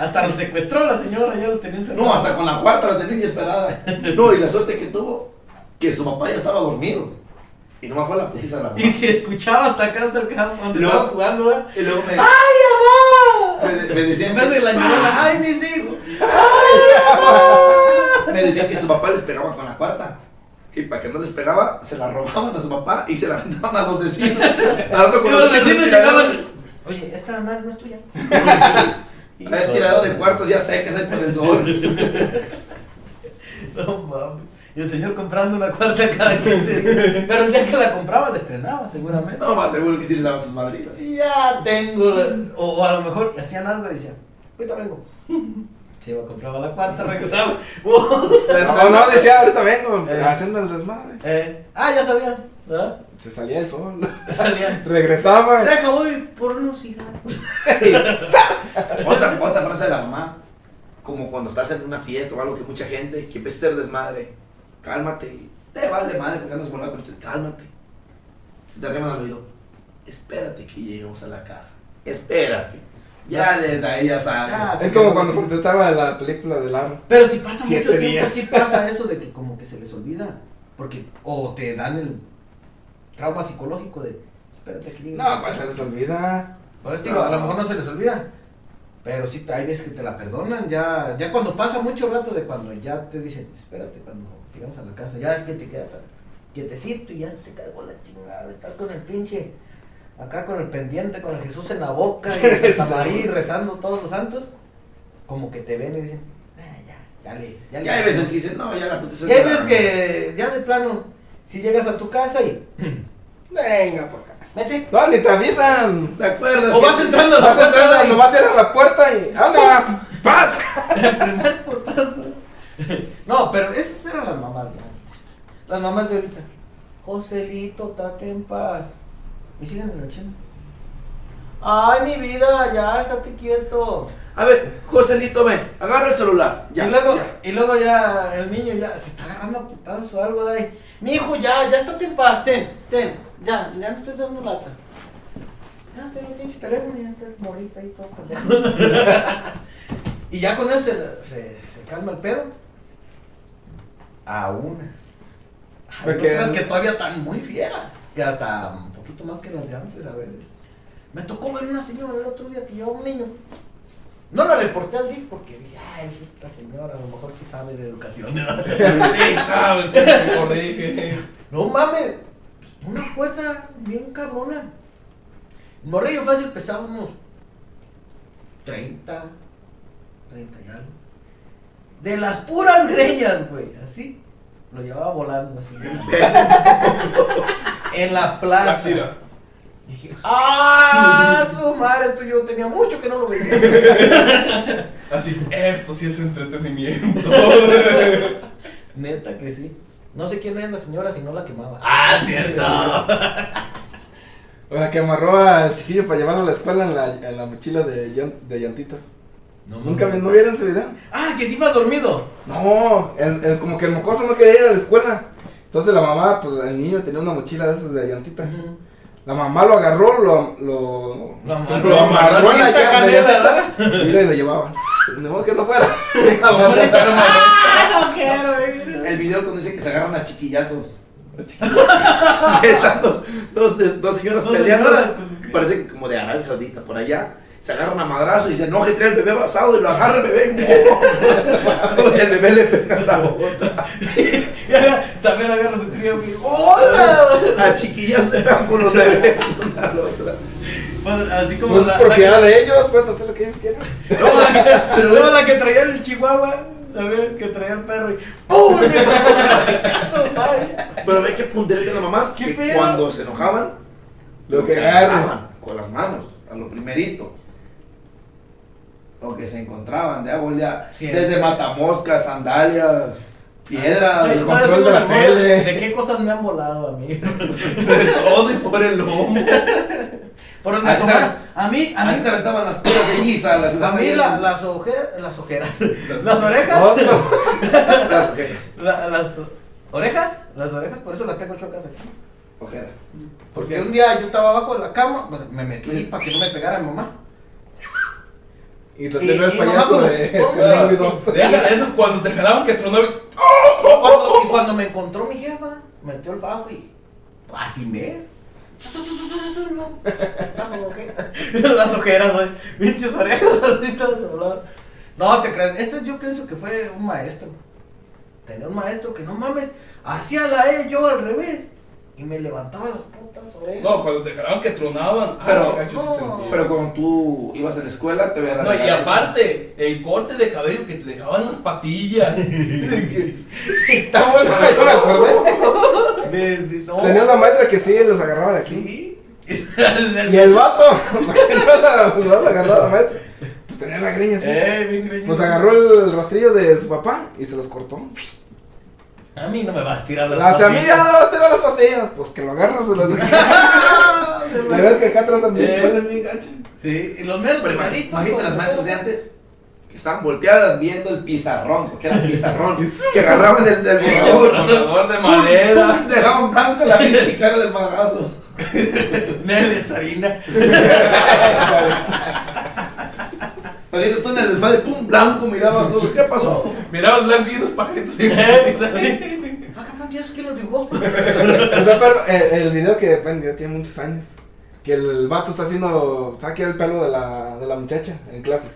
[SPEAKER 2] Hasta los secuestró la señora, ya los tenían
[SPEAKER 6] No, hasta con la cuarta la tenía ya esperada.
[SPEAKER 5] No, y la suerte que tuvo, que su papá ya estaba dormido. Y nomás fue la putiza de la mamá.
[SPEAKER 2] Y si escuchaba hasta acá, hasta el campo donde
[SPEAKER 6] No.
[SPEAKER 2] estaba jugando, ¿eh?
[SPEAKER 6] Y luego me,
[SPEAKER 2] ¡Ay,
[SPEAKER 6] me,
[SPEAKER 2] amor!
[SPEAKER 6] me
[SPEAKER 2] En
[SPEAKER 6] decían
[SPEAKER 2] vez de
[SPEAKER 5] *laughs*
[SPEAKER 6] que,
[SPEAKER 2] la señora, ¡ay, mis hijos!
[SPEAKER 6] me decían
[SPEAKER 5] Que
[SPEAKER 6] que
[SPEAKER 5] su papá les pegaba con la cuarta. Y para que no les pegaba, se la robaban a su papá y se la aventaban a los
[SPEAKER 2] *laughs*
[SPEAKER 5] vecinos. Hablando
[SPEAKER 2] Y
[SPEAKER 5] con
[SPEAKER 2] los vecinos
[SPEAKER 5] tirados-
[SPEAKER 2] llegaban. Oye, esta madre no es
[SPEAKER 5] *laughs*
[SPEAKER 2] tuya.
[SPEAKER 5] Habían tirado de cuartos ya secas ahí por el sol.
[SPEAKER 2] *laughs* No mames. Y el señor comprando una cuarta cada 15
[SPEAKER 5] *laughs*
[SPEAKER 2] días. Pero el día que la compraba, la estrenaba, seguramente.
[SPEAKER 5] No, más seguro que sí les daban sus madrizas.
[SPEAKER 2] Ya tengo. la- O, o a lo mejor hacían algo y decían, ahorita vengo. *laughs* Se iba, compraba la cuarta, regresaba. *laughs*
[SPEAKER 3] No, no, decía, ahorita vengo, haciendo el desmadre.
[SPEAKER 2] Eh, ah, ya sabían. ¿verdad? *laughs*
[SPEAKER 3] Se salía el sol. *laughs*
[SPEAKER 2] Salían. *laughs*
[SPEAKER 3] Regresaba.
[SPEAKER 2] Ya acabó de por unos cigarros.
[SPEAKER 5] Otra, otra frase de la mamá, como cuando estás en una fiesta o algo que mucha gente, que empieza a ser desmadre, cálmate, te vale madre porque andas volando, pero cálmate. Se te arriman al oído, espérate que lleguemos a la casa, espérate. Ya desde ahí ya
[SPEAKER 2] Ah,
[SPEAKER 5] sabes.
[SPEAKER 3] Es como cuando contestaba la película del aro.
[SPEAKER 2] Pero si pasa
[SPEAKER 3] Siete
[SPEAKER 2] mucho tiempo,
[SPEAKER 3] días.
[SPEAKER 2] sí pasa eso de que como que se les olvida. Porque, o te dan el trauma psicológico de, espérate que llegue.
[SPEAKER 3] No, pues se les olvida.
[SPEAKER 2] Por eso te digo, a lo mejor no se les olvida. Pero sí, hay veces que te la perdonan. Ya ya cuando pasa mucho rato de cuando ya te dicen, espérate, cuando llegamos a la casa, ya es que te quedas quietecito y ya te cargo la chingada. Estás con el pinche acá con el pendiente, con el Jesús en la boca
[SPEAKER 5] *laughs*
[SPEAKER 2] y Santa María y rezando todos los santos, como que te ven y dicen, "Ah, ya, ya le, ya le.
[SPEAKER 5] Ya hay veces que dicen, no, ya la puta se
[SPEAKER 2] Y hay veces que ya de plano, si llegas a tu casa y
[SPEAKER 3] Venga, por acá.
[SPEAKER 2] vete,
[SPEAKER 3] No, ni te avisan.
[SPEAKER 5] ¿Te acuerdas?
[SPEAKER 2] O
[SPEAKER 5] que-
[SPEAKER 2] vas entrando a su
[SPEAKER 3] Vas a
[SPEAKER 2] puerta
[SPEAKER 3] entrar,
[SPEAKER 2] y-
[SPEAKER 3] nomás cierras la puerta y. ¿A dónde vas? ¡Paz!
[SPEAKER 2] No, pero esas eran las mamás de antes. Las mamás de ahorita. Joselito, tate en paz. Me siguen enganchando. Ay, mi vida, ya, estate quieto.
[SPEAKER 5] A ver, Joselito, ven, agarra el celular. Ya,
[SPEAKER 2] y, luego,
[SPEAKER 5] ya.
[SPEAKER 2] y luego ya el niño ya se está agarrando a putazos o algo de ahí. Mi hijo, ya, ya estate en paz, ten, ten, ya, ya no estés dando lata. Ya, ten el pinche teléfono y ya está morrita ahí todo pendejo. y ya con eso se, se, se calma el pedo. A unas. Hay
[SPEAKER 3] Porque-
[SPEAKER 2] otras que todavía están muy fieras, que hasta un poquito más que las de antes a veces. Me tocó ver una señora el otro día que llevaba un niño. No la reporté al DIF porque dije, ah, es esta señora, a lo mejor sí sabe de educación.
[SPEAKER 6] *laughs* Sí, sabe, pero se corrige.
[SPEAKER 2] no mames, pues, una fuerza bien cabrona. El Morrillo fácil pesaba unos 30, 30 y algo. De las puras greñas, güey, así. Lo llevaba volando
[SPEAKER 3] *laughs*
[SPEAKER 2] así. en la plaza.
[SPEAKER 4] La Cira.
[SPEAKER 2] Dije, ¡ah! Su madre, esto yo tenía mucho que no lo veía.
[SPEAKER 3] *laughs*
[SPEAKER 6] Así, esto sí
[SPEAKER 4] *laughs*
[SPEAKER 6] es entretenimiento.
[SPEAKER 2] Neta que sí. No sé quién era la señora, si no la quemaba.
[SPEAKER 4] *laughs*
[SPEAKER 6] ah, cierto.
[SPEAKER 3] La que amarró al chiquillo para llevarlo a la escuela en la, en la mochila de, llan- de llantitas. ¿Nunca vi- no vieron ese video?
[SPEAKER 2] Ah, que se iba dormido.
[SPEAKER 3] No, el- el- como que el mocoso no quería ir a la escuela. Entonces la mamá, pues el niño tenía una mochila de esas de llantita. La mamá lo agarró, lo, lo,
[SPEAKER 2] Lo amarró.
[SPEAKER 3] lo amarró en la
[SPEAKER 2] Cinta
[SPEAKER 3] llanta-
[SPEAKER 2] canela,
[SPEAKER 3] llanta, Mira, y lo llevaba. De modo que *laughs* no fuera.
[SPEAKER 2] No quiero ir.
[SPEAKER 5] El video cuando dice que se agarran a *laughs* chiquillazos. Están dos, dos, de- dos señoras pues,
[SPEAKER 2] Dos
[SPEAKER 5] peleando.
[SPEAKER 2] señoras.
[SPEAKER 5] Parece que como de Arabia Saudita, por allá. Se agarran a madrazos y se enoja y trae el bebé abrazado y lo agarra el bebé. *laughs* y el bebé le pega la bota. *laughs*
[SPEAKER 2] También agarra su crío y ¡Hola!
[SPEAKER 5] A chiquillazos se van con los bebés. una a la otra.
[SPEAKER 2] Pues, así como
[SPEAKER 3] No es
[SPEAKER 2] la, la que,
[SPEAKER 3] propiedad de ellos, pueden hacer lo que ellos *laughs* quieran.
[SPEAKER 2] *laughs* luego la que- pero luego la que traía el chihuahua, a ver, que traía el perro y ¡pum! *laughs* Le pegó en la casa, madre.
[SPEAKER 5] Pero ve que puntería a las mamás
[SPEAKER 2] ¿Qué
[SPEAKER 5] que
[SPEAKER 2] pedo?
[SPEAKER 5] cuando se enojaban,
[SPEAKER 3] Lo que agarran.
[SPEAKER 5] agarraban con las manos, a lo primerito. Lo que se encontraban de abuela,
[SPEAKER 2] Sí.
[SPEAKER 5] desde matamoscas, sandalias, piedras.
[SPEAKER 2] Estoy- estoy
[SPEAKER 3] control
[SPEAKER 2] haciendo
[SPEAKER 3] de la
[SPEAKER 2] memoria
[SPEAKER 3] tele.
[SPEAKER 2] ¿De qué cosas me han volado a mí? *laughs*
[SPEAKER 6] De todo y por el lomo.
[SPEAKER 2] Por donde
[SPEAKER 5] Ahí está.
[SPEAKER 2] asomar. A mí, a
[SPEAKER 5] A mí
[SPEAKER 2] mí,
[SPEAKER 5] te aventaban las piedras de guisa, las
[SPEAKER 2] a mí la- las ojeras, las ojeras, las orejas,
[SPEAKER 3] Otro.
[SPEAKER 5] las ojeras.
[SPEAKER 2] la- las orejas, las orejas, por eso las tengo chocas aquí.
[SPEAKER 5] Ojeras.
[SPEAKER 2] Porque un día yo estaba abajo de la cama, pues, me metí para que no me pegara mi mamá.
[SPEAKER 3] Y te
[SPEAKER 2] Y-
[SPEAKER 3] sirve el
[SPEAKER 2] y mamá
[SPEAKER 3] payaso
[SPEAKER 2] como- "Oh,
[SPEAKER 3] *laughs* de
[SPEAKER 2] ¿cómo?
[SPEAKER 3] Escalón y dos.
[SPEAKER 6] Deja eso cuando te jalaban que tronó. el-
[SPEAKER 2] Cuando- y cuando me encontró mi jefa, metió el fajo y así me. No, las *laughs* ojeras. Las ojeras, güey. Pinches orejas así todas dobladas. No, te creas. Este yo pienso que fue un maestro. Tenía un maestro que no mames, hacía la E yo al revés. Y me levantaba las putas orejas.
[SPEAKER 6] No, cuando te jalaban que tronaban.
[SPEAKER 5] Pero-
[SPEAKER 6] ah, qué gacho se
[SPEAKER 2] no,
[SPEAKER 6] sentía.
[SPEAKER 5] Pero cuando tú ibas a la escuela, te veían
[SPEAKER 6] No, y aparte, el corte de cabello que te dejaban las patillas.
[SPEAKER 4] *laughs*
[SPEAKER 3] Está bueno, yo me acordé.
[SPEAKER 2] *laughs* De- de- no.
[SPEAKER 3] Tenía una maestra que sí los agarraba de aquí.
[SPEAKER 2] Sí.
[SPEAKER 3] Y el vato, *laughs* que no la, no la agarró la maestra, pues tenía la greña así.
[SPEAKER 2] Eh, bien greñudo.
[SPEAKER 3] Pues agarró el rastrillo de su papá y se los cortó.
[SPEAKER 2] A mí no me vas a tirar las
[SPEAKER 3] Las
[SPEAKER 2] patillas.
[SPEAKER 3] amigas, no vas a ah. tirar las pastillas. Pues que lo agarras
[SPEAKER 2] *laughs*
[SPEAKER 3] de las. *laughs* Le ves que acá atrás también pues,
[SPEAKER 2] Eh.
[SPEAKER 3] pueden bien gacho.
[SPEAKER 2] Sí, y los medios
[SPEAKER 5] Imagínate
[SPEAKER 2] primaditos.
[SPEAKER 5] imagínate las maestras de antes. Que estaban volteadas viendo el pizarrón, porque era pizarrón. que agarraban el del
[SPEAKER 6] El borrador de madera.
[SPEAKER 5] Dejaban blanco la pinche cara del madrazo.
[SPEAKER 2] Nel de harina.
[SPEAKER 5] Imagínate tú en el desmadre, pum, blanco, mirabas todo. ¿Qué pasó?
[SPEAKER 6] Mirabas blanco y unos pajaritos.
[SPEAKER 2] *laughs*
[SPEAKER 6] y-
[SPEAKER 4] *laughs*
[SPEAKER 2] Ah, cabrón, ¿y eso quién lo dibujó? *laughs*
[SPEAKER 3] O sea, pero eh, el video que, bueno, ya tiene muchos años. Que el vato está haciendo, saque el pelo de la, de la muchacha en clases.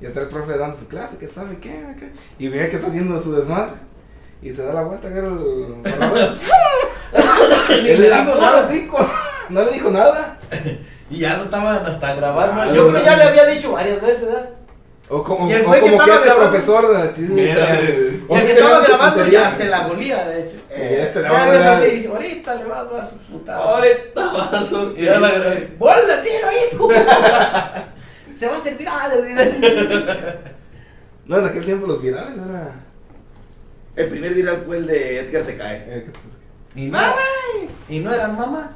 [SPEAKER 3] Y está el profe dando su clase, que sabe qué, qué. Y ve que está haciendo su desmadre. Y se da la
[SPEAKER 2] *laughs*
[SPEAKER 3] vuelta, agarra el. para la vuelta. y le dijo nada así, co- *laughs* no le dijo nada.
[SPEAKER 2] Y ya lo estaban hasta grabando.
[SPEAKER 3] Ah,
[SPEAKER 2] Yo
[SPEAKER 3] no,
[SPEAKER 2] creo
[SPEAKER 3] no.
[SPEAKER 2] que ya le había dicho varias veces, ¿verdad?
[SPEAKER 3] O como,
[SPEAKER 2] Y el
[SPEAKER 3] o
[SPEAKER 2] güey que
[SPEAKER 3] como que
[SPEAKER 2] estaba
[SPEAKER 3] ese
[SPEAKER 2] grabando.
[SPEAKER 3] profesor de así.
[SPEAKER 6] Mira,
[SPEAKER 3] de-
[SPEAKER 6] eh,
[SPEAKER 3] o
[SPEAKER 2] el
[SPEAKER 3] sí
[SPEAKER 2] que
[SPEAKER 3] tenía
[SPEAKER 2] estaba
[SPEAKER 3] mucha
[SPEAKER 2] grabando
[SPEAKER 3] puntería.
[SPEAKER 2] ya se la golía, de hecho.
[SPEAKER 3] Eh, este le va a
[SPEAKER 2] ya no es
[SPEAKER 3] dar-
[SPEAKER 2] así. Ahorita le va a dar su putada.
[SPEAKER 7] Ahorita vas a
[SPEAKER 2] Y ya la grabé. ¡Bola, sí *laughs* lo hizo! se va a servir a la
[SPEAKER 3] No, en aquel tiempo los virales era.
[SPEAKER 5] El primer viral fue el de Edgar se cae.
[SPEAKER 3] eh,
[SPEAKER 2] Y no, güey. Y no eran mamás.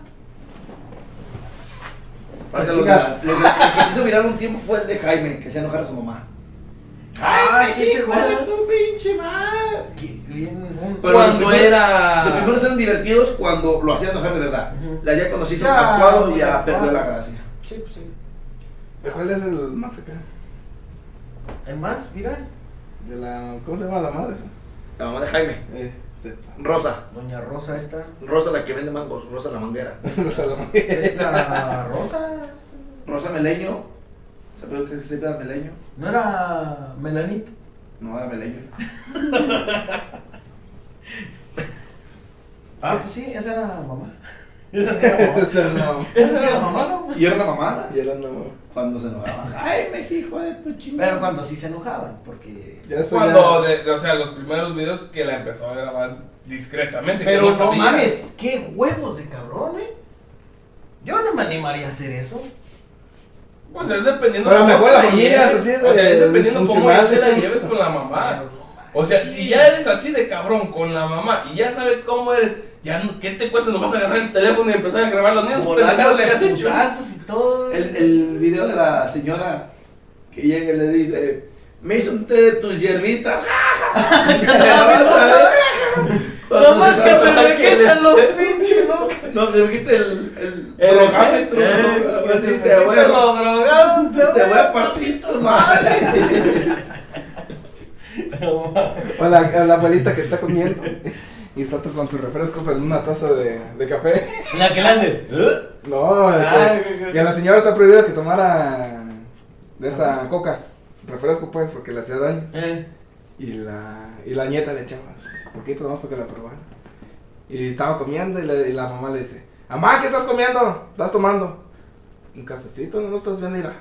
[SPEAKER 5] Aparte,
[SPEAKER 3] Ah,
[SPEAKER 5] los-
[SPEAKER 3] chica.
[SPEAKER 5] los- los- el que se hizo viral un tiempo fue el de Jaime, que se enojara a su mamá.
[SPEAKER 2] ¡Ay,
[SPEAKER 5] sí, sí, güey.
[SPEAKER 2] tu pinche madre! Qué bien, un-
[SPEAKER 5] Pero
[SPEAKER 6] Cuando
[SPEAKER 5] los primeros- Los
[SPEAKER 6] era.
[SPEAKER 5] primeros eran divertidos cuando lo hacían enojar de verdad.
[SPEAKER 2] Ujú.
[SPEAKER 5] La ya cuando se hizo
[SPEAKER 2] Ya,
[SPEAKER 5] actuado ya
[SPEAKER 2] actuado.
[SPEAKER 5] perdió la gracia.
[SPEAKER 2] Sí, pues sí.
[SPEAKER 3] ¿Cuál es el más acá?
[SPEAKER 2] ¿El más viral?
[SPEAKER 3] De la. ¿Cómo se llama la madre esa?
[SPEAKER 5] La mamá de Jaime.
[SPEAKER 3] Eh, se- *laughs*
[SPEAKER 5] Rosa.
[SPEAKER 2] Doña Rosa esta.
[SPEAKER 5] Rosa la que vende mangos. Rosa la manguera.
[SPEAKER 3] no sé, la-
[SPEAKER 2] *laughs* Esta Rosa.
[SPEAKER 5] Rosa Meleño. ¿Sabes que se llama Meleño?
[SPEAKER 2] ¿No era Melanita?
[SPEAKER 5] No, era Meleño.
[SPEAKER 2] Ah, pues sí, esa era *laughs* mamá.
[SPEAKER 5] Esa sí era mamá.
[SPEAKER 3] Esa no.
[SPEAKER 2] Esa sí era mamá, ¿no?
[SPEAKER 5] Y era una mamada.
[SPEAKER 3] *laughs* Y era no.
[SPEAKER 5] Cuando se enojaba.
[SPEAKER 2] Ay, hijo de tu chingada. Pero cuando sí se enojaban, porque.
[SPEAKER 3] Ya después
[SPEAKER 6] Cuando,
[SPEAKER 3] ya-
[SPEAKER 6] de- de- o sea, los primeros videos que la empezó a grabar discretamente. que
[SPEAKER 2] Pero no
[SPEAKER 6] sabía.
[SPEAKER 2] mames, qué huevos de cabrón, eh. Yo no me animaría a hacer eso.
[SPEAKER 6] Pues es dependiendo.
[SPEAKER 3] Pero a lo
[SPEAKER 6] cómo
[SPEAKER 3] mejor la
[SPEAKER 6] te
[SPEAKER 3] familia
[SPEAKER 6] lleves,
[SPEAKER 3] es así de-
[SPEAKER 6] O sea, es dependiendo cómo ya te la
[SPEAKER 3] disfuncional,
[SPEAKER 6] lleves
[SPEAKER 3] sí.
[SPEAKER 6] con la mamá. O sea, si ya eres así de cabrón con la mamá y ya sabe cómo eres, ya no- ¿qué te cuesta? Nomás agarrar el teléfono y empezar a grabar los niños. pendejadas que has
[SPEAKER 2] Volándole
[SPEAKER 6] hecho.
[SPEAKER 2] putazos y todo.
[SPEAKER 5] El, el video de la señora que llega y le dice: Me hizo un té de tus hierbitas. *laughs*
[SPEAKER 2] No más que se me
[SPEAKER 5] quita
[SPEAKER 2] quitan los pinches locos.
[SPEAKER 5] No, te quita el.
[SPEAKER 6] El
[SPEAKER 5] drogado, tú,
[SPEAKER 2] Eh,
[SPEAKER 5] ¿no?
[SPEAKER 2] que
[SPEAKER 5] Así
[SPEAKER 2] se me
[SPEAKER 5] te voy
[SPEAKER 2] quitan
[SPEAKER 5] a-
[SPEAKER 2] los drogados, te
[SPEAKER 5] te
[SPEAKER 2] voy
[SPEAKER 5] voy a partir tu madre.
[SPEAKER 3] O la, a la abuelita que está comiendo. Y está tú con su refresco, pero en una taza de, de café.
[SPEAKER 2] a- La que le hace. ¿eh?
[SPEAKER 3] No,
[SPEAKER 2] Ay,
[SPEAKER 3] este,
[SPEAKER 2] güey, güey.
[SPEAKER 3] y a la señora está prohibido que tomara de esta coca. Refresco, pues, porque le hacía daño.
[SPEAKER 2] Eh,
[SPEAKER 3] Y la, y la nieta le echaba poquito más porque la probara. Y estaba comiendo y, le- y la mamá le dice, mamá, ¿qué estás comiendo? ¿Estás tomando? Un cafecito, no lo estás viendo, mira.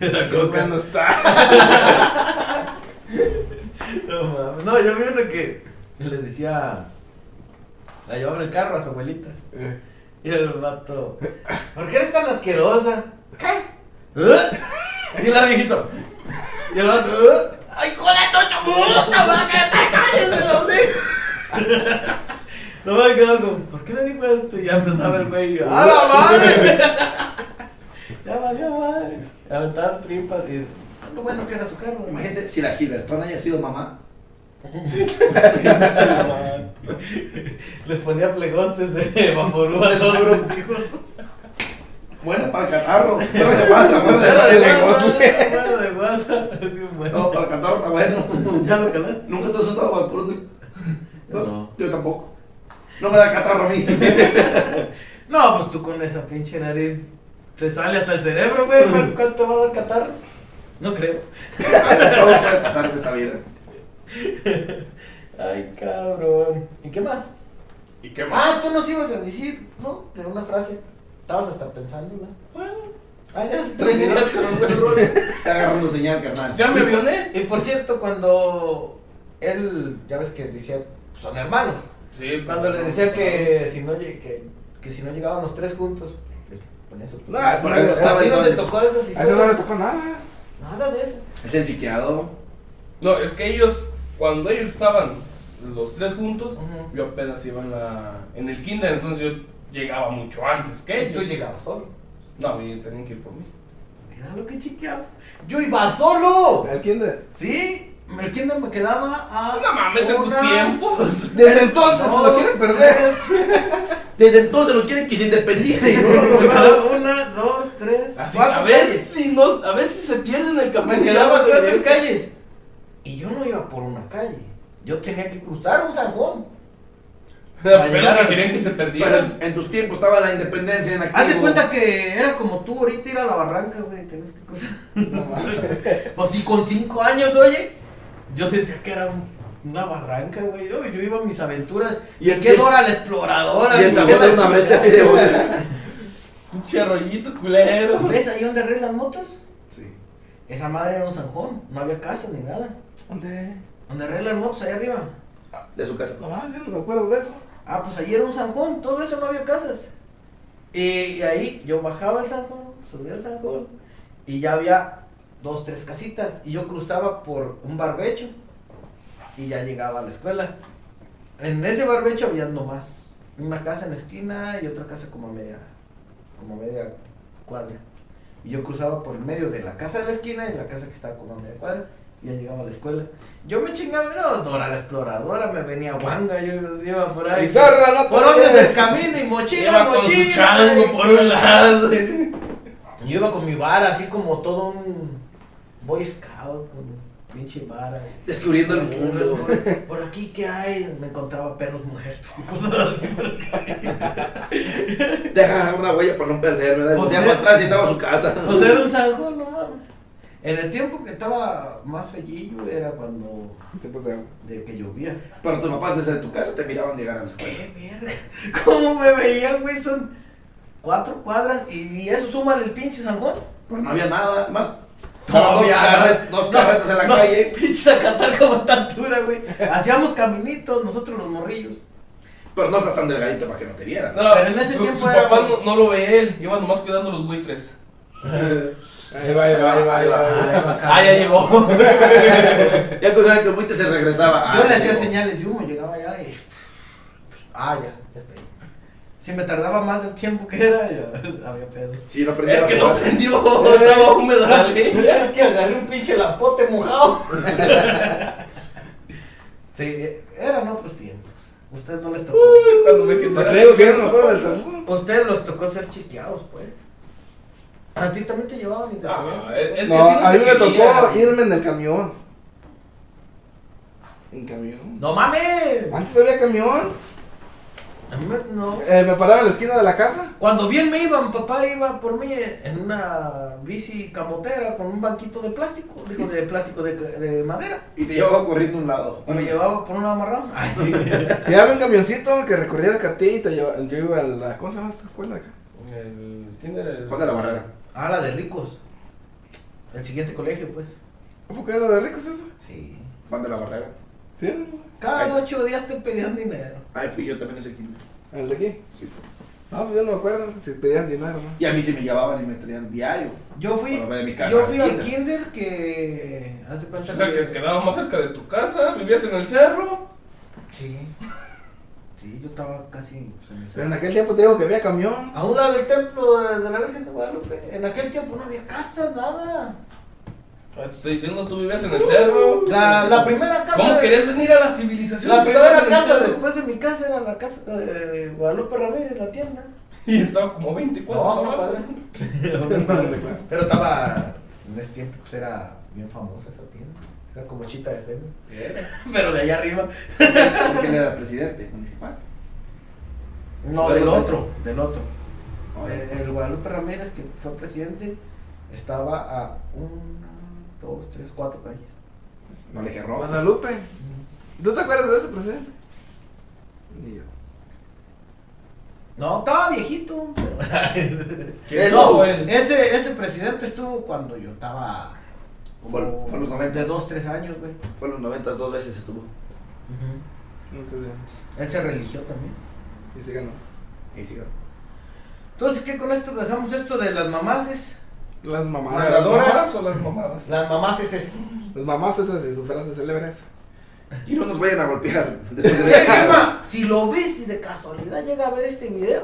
[SPEAKER 7] La
[SPEAKER 3] Qué
[SPEAKER 7] coca.
[SPEAKER 3] bueno está.
[SPEAKER 2] No mames.
[SPEAKER 7] No, yo vi uno que.
[SPEAKER 2] Le decía. La llevaba en el carro a su abuelita.
[SPEAKER 3] Eh,
[SPEAKER 2] Y el vato, ¿por qué eres tan asquerosa? ¿Qué? ¿Eh? Y el viejito. Y el vato, ¿eh? ¡ay, joder, tu puta madre! ¡Te calles de los *laughs* No me quedo con, ¿por qué le dijo esto? Y ya empezaba el güey, ¡a la madre! *laughs* ya valió madre. Aventaban tripas y. "Ah, Lo bueno que era su carro. güey.
[SPEAKER 5] Imagínate si la Gilbertona haya sido mamá.
[SPEAKER 2] Les ponía plegostes de *laughs* vaporú a todos los hijos.
[SPEAKER 5] Buena para
[SPEAKER 2] *laughs*
[SPEAKER 5] el catarro. ¿Qué te pasa? Buena
[SPEAKER 2] Pues Era
[SPEAKER 5] para el
[SPEAKER 2] de
[SPEAKER 5] negocio.
[SPEAKER 2] WhatsApp. Era de WhatsApp. así, bueno.
[SPEAKER 5] No, para el catarro está bueno.
[SPEAKER 2] pues, ¿Ya lo calaste?
[SPEAKER 5] ¿Nunca te has asustado al puro?
[SPEAKER 2] No.
[SPEAKER 5] Yo tampoco. No me da catarro a mí.
[SPEAKER 2] No, pues tú con esa pinche nariz te sale hasta el cerebro, *laughs* güey. ¿Cu- ¿Cuánto va a dar catarro? No creo.
[SPEAKER 5] Todo puede pasar en esta vida.
[SPEAKER 2] Ay, cabrón. ¿Y qué más?
[SPEAKER 6] ¿Y qué más?
[SPEAKER 2] Ah, tú nos ibas a decir, ¿no? De una frase. Estabas hasta pensando, ¿no? Ah, ya se te olvidó.
[SPEAKER 5] Está agarrando señal, carnal.
[SPEAKER 6] Ya me avioné.
[SPEAKER 2] Y por cierto, cuando él, ya ves que decía, son hermanos.
[SPEAKER 6] Sí,
[SPEAKER 2] Cuando les decía que si no, lle- que, que si no llegaban los tres juntos, les ponía su...
[SPEAKER 3] No,
[SPEAKER 2] ¿A
[SPEAKER 3] por ahí no estaba
[SPEAKER 2] ti no te
[SPEAKER 3] igual.
[SPEAKER 2] tocó esas
[SPEAKER 3] a eso no le
[SPEAKER 2] historias?
[SPEAKER 3] tocó nada.
[SPEAKER 2] Nada de eso.
[SPEAKER 5] Es el psiqueado.
[SPEAKER 6] No, es que ellos, cuando ellos estaban los tres juntos,
[SPEAKER 2] Ujú.
[SPEAKER 6] yo apenas iba en, la, en el kinder, entonces yo llegaba mucho antes que
[SPEAKER 2] Y tú
[SPEAKER 6] ellos.
[SPEAKER 2] llegabas solo.
[SPEAKER 6] No, y tenían que ir por mí.
[SPEAKER 2] Mira lo que chiqueaba. Yo iba solo.
[SPEAKER 3] ¿Al kinder?
[SPEAKER 2] ¿Sí? El kinder me quedaba a.
[SPEAKER 6] No mames, en tus
[SPEAKER 2] una-
[SPEAKER 6] tiempos. *laughs*
[SPEAKER 3] Desde entonces
[SPEAKER 2] No,
[SPEAKER 3] lo quieren perder.
[SPEAKER 5] Desde entonces lo quieren que se independice.
[SPEAKER 2] Me quedaba una, dos, tres,
[SPEAKER 6] Así,
[SPEAKER 2] cuatro.
[SPEAKER 6] a ver
[SPEAKER 2] calles.
[SPEAKER 6] si no, a ver si se pierden el camino.
[SPEAKER 2] Me quedaba
[SPEAKER 6] Ya
[SPEAKER 2] cuatro
[SPEAKER 6] regreso.
[SPEAKER 2] calles. Y yo no iba por una calle. Yo tenía que cruzar un zanjón.
[SPEAKER 6] Era, Pues era
[SPEAKER 2] Para llegar.
[SPEAKER 6] lo que querían que se perdieran.
[SPEAKER 5] en tus tiempos estaba la independencia en activo.
[SPEAKER 2] Haz de cuenta que era como tú ahorita ir a la barranca, güey. Tenías que cruzar.
[SPEAKER 3] No mames.
[SPEAKER 2] *laughs* Pues sí, con cinco años, oye. Yo sentía que era un- una barranca, güey. Yo, yo iba a mis aventuras.
[SPEAKER 5] Y
[SPEAKER 2] Y
[SPEAKER 5] el-
[SPEAKER 2] qué dora la exploradora.
[SPEAKER 5] Y el
[SPEAKER 2] ni
[SPEAKER 5] sabor
[SPEAKER 2] qué
[SPEAKER 5] de
[SPEAKER 2] la
[SPEAKER 5] una
[SPEAKER 2] chingada.
[SPEAKER 5] brecha así de bola.
[SPEAKER 6] Un charrollito culero.
[SPEAKER 2] ¿Ves ahí donde arreglan las motos?
[SPEAKER 5] Sí.
[SPEAKER 2] Esa madre era un zanjón, no había casa ni nada.
[SPEAKER 3] ¿Dónde?
[SPEAKER 2] Donde arreglan motos, ahí arriba.
[SPEAKER 5] De su casa.
[SPEAKER 3] No, mames, yo no me acuerdo de eso.
[SPEAKER 2] Ah, pues ahí era un zanjón, todo eso no había casas. Y, y ahí yo bajaba el zanjón, subía el zanjón, y ya había dos, tres casitas. Y yo cruzaba por un barbecho, y ya llegaba a la escuela. En ese barbecho había nomás una casa en la esquina y otra casa como a media, como a media cuadra. Y yo cruzaba por el medio de la casa de la esquina y la casa que estaba como a media cuadra. Y ya llegaba a la escuela. Yo me chingaba, no, Dora la exploradora, me venía guanga, yo iba por ahí.
[SPEAKER 3] Pizarra, no te
[SPEAKER 2] ¿Por dónde es
[SPEAKER 3] vayas.
[SPEAKER 2] el camino? Y mochila,
[SPEAKER 6] Lleva con
[SPEAKER 2] mochila.
[SPEAKER 6] su chango por un lado.
[SPEAKER 2] Y Yo iba con mi vara, así como todo un boy scout, con pinche vara.
[SPEAKER 5] Descubriendo el
[SPEAKER 2] Un
[SPEAKER 5] mundo.
[SPEAKER 2] resumen, Por aquí, ¿qué hay? Me encontraba perros muertos y cosas así. por acá.
[SPEAKER 5] Deja una huella para no perder, ¿verdad?
[SPEAKER 2] Pues
[SPEAKER 5] Pues
[SPEAKER 2] sí.
[SPEAKER 5] ya atrás y estaba a su casa.
[SPEAKER 2] O sea, era un zanjón, no mames. En el tiempo que estaba más fellillo era cuando
[SPEAKER 3] Te paseo.
[SPEAKER 2] de que llovía.
[SPEAKER 5] Pero tus papás desde tu casa te miraban llegar a la escuela.
[SPEAKER 2] ¡Qué mierda! *laughs* ¿Cómo me veían, güey? Son cuatro cuadras y, y eso suma el pinche zanjón.
[SPEAKER 5] Pero no había nada. Más.
[SPEAKER 2] No
[SPEAKER 5] dos,
[SPEAKER 2] había
[SPEAKER 5] carre- dos carretas en la
[SPEAKER 2] No,
[SPEAKER 5] calle.
[SPEAKER 2] Pinche Zacatal *laughs* como esta altura, güey. Hacíamos caminitos nosotros los morrillos.
[SPEAKER 5] Pero no estás tan delgadito para que no te vieran.
[SPEAKER 6] No,
[SPEAKER 2] Pero en ese
[SPEAKER 6] su,
[SPEAKER 2] tiempo
[SPEAKER 6] su
[SPEAKER 2] era
[SPEAKER 6] papá
[SPEAKER 2] como-
[SPEAKER 6] no, no lo ve él, lleva nomás cuidando los buitres.
[SPEAKER 3] Ahí va, ahí va, ahí va, ahí va.
[SPEAKER 6] Ah, ya llegó.
[SPEAKER 5] Ya cuidaban que Buite se regresaba.
[SPEAKER 2] Yo
[SPEAKER 5] Ah,
[SPEAKER 2] le hacía
[SPEAKER 5] digo,
[SPEAKER 2] señales de humo, llegaba allá y. Ah, ya, ya está ahí. Si me tardaba más del tiempo que era, ya *laughs* había pedos.
[SPEAKER 5] Sí, no aprendía
[SPEAKER 6] es
[SPEAKER 5] a
[SPEAKER 6] que no
[SPEAKER 5] jugar.
[SPEAKER 6] *laughs* prendió, estaba húmedo. dale.
[SPEAKER 2] Es que agarré un pinche lapote
[SPEAKER 6] *laughs*
[SPEAKER 2] mojado. sí, eh, eran otros tiempos. Ustedes no les tocó.
[SPEAKER 6] Cuando me quitó.
[SPEAKER 3] Te creo que yo no me acuerdo del saludo.
[SPEAKER 2] Ustedes los tocó ser chiqueados, pues. A ti también te llevaban y te
[SPEAKER 6] Ah,
[SPEAKER 2] traían.
[SPEAKER 6] es, es que
[SPEAKER 3] No,
[SPEAKER 6] a ti no
[SPEAKER 3] a mí
[SPEAKER 6] te
[SPEAKER 3] me tocó
[SPEAKER 6] querían.
[SPEAKER 3] irme en el camión. ¿En camión?
[SPEAKER 2] ¡No mames!
[SPEAKER 3] Antes había camión.
[SPEAKER 2] A mí me- no.
[SPEAKER 3] Eh, me paraba en la esquina de la casa.
[SPEAKER 2] Cuando bien me iba, mi papá iba por mí en una bici camotera con un banquito de plástico, digo, de plástico de, de madera.
[SPEAKER 5] Y te llevaba corriendo a un lado.
[SPEAKER 2] Y me llevaba por un amarrón. Ay, sí.
[SPEAKER 3] Si había un camioncito que recorría el catí y te lleva- yo iba a la. ¿Cómo se llama esta escuela acá?
[SPEAKER 6] El kinder, el-
[SPEAKER 5] Juan de la Barrera.
[SPEAKER 2] *laughs* Ah, la de ricos. El siguiente colegio, pues.
[SPEAKER 3] ¿Cómo que era de ricos eso?
[SPEAKER 2] Sí.
[SPEAKER 5] Juan de la Barrera.
[SPEAKER 3] ¿Sí? no?
[SPEAKER 2] Cada ocho días te pedían dinero.
[SPEAKER 5] Ahí fui yo también ese quinto.
[SPEAKER 3] ¿El de aquí?
[SPEAKER 5] Sí.
[SPEAKER 3] No, pues yo no me acuerdo si pedían dinero, ¿no?
[SPEAKER 5] Y a mí sí me llevaban y me traían diario.
[SPEAKER 2] Yo fui,
[SPEAKER 5] Bueno, de mi casa,
[SPEAKER 2] yo fui al
[SPEAKER 5] kinder.
[SPEAKER 2] kinder que. ¿Haz de
[SPEAKER 6] O
[SPEAKER 2] cuenta
[SPEAKER 6] sea, que quedaba más cerca de tu casa, vivías en el cerro.
[SPEAKER 2] Sí. Sí, yo estaba casi. pues, en el
[SPEAKER 3] Pero en aquel tiempo te digo que había camión.
[SPEAKER 2] A un lado del templo de, de la Virgen de Guadalupe. En aquel tiempo no había casas, nada.
[SPEAKER 6] Ah, Te estoy diciendo, tú vivías en el cerro. Pues,
[SPEAKER 2] La, la primera casa.
[SPEAKER 6] ¿Cómo
[SPEAKER 2] de-
[SPEAKER 6] querías venir a la civilización?
[SPEAKER 2] La
[SPEAKER 6] si estabas
[SPEAKER 2] primera
[SPEAKER 6] en el
[SPEAKER 2] casa
[SPEAKER 6] cerro?
[SPEAKER 2] después de mi casa era la casa de, de Guadalupe Ramírez, la
[SPEAKER 6] *laughs*
[SPEAKER 2] tienda.
[SPEAKER 6] Y estaba como 24
[SPEAKER 2] No, no,
[SPEAKER 6] abajo.
[SPEAKER 2] padre. Pero estaba. En ese tiempo pues era bien famosa esa tienda. Era como chita de Femme. *laughs* Pero de allá arriba.
[SPEAKER 5] Porque él era presidente municipal.
[SPEAKER 2] No,
[SPEAKER 5] Fue
[SPEAKER 2] del
[SPEAKER 5] dos
[SPEAKER 2] otro, del otro.
[SPEAKER 6] Ah.
[SPEAKER 2] El, el Guadalupe Ramírez, que fue presidente, estaba a un, dos, tres, cuatro calles.
[SPEAKER 5] No le dije roba.
[SPEAKER 3] Guadalupe. ¿Tú te acuerdas de ese presente? Ni yo.
[SPEAKER 2] No, estaba viejito. pero- *laughs*
[SPEAKER 6] ¿Quién
[SPEAKER 2] Eh,
[SPEAKER 6] estuvo
[SPEAKER 2] no,
[SPEAKER 6] él?
[SPEAKER 2] ese, ese presidente estuvo cuando yo estaba.
[SPEAKER 5] Fue- fue los
[SPEAKER 2] de
[SPEAKER 5] noventas.
[SPEAKER 2] dos, tres años, güey.
[SPEAKER 5] Fue en los noventas dos veces estuvo.
[SPEAKER 3] No te digo.
[SPEAKER 2] Él se religió también.
[SPEAKER 3] Y se ganó.
[SPEAKER 5] Y sí,
[SPEAKER 2] Entonces, ¿qué con esto? Dejamos esto de las mamases.
[SPEAKER 3] Las mamás.
[SPEAKER 2] ¿Las
[SPEAKER 6] mamadas o las mamadas?
[SPEAKER 2] Las mamases *laughs* es.
[SPEAKER 3] Las mamás esas y sus frases célebres.
[SPEAKER 5] Y no nos vayan a *laughs* golpear.
[SPEAKER 2] Mira, Gemma, si lo ves y de casualidad llega a ver este *laughs* video,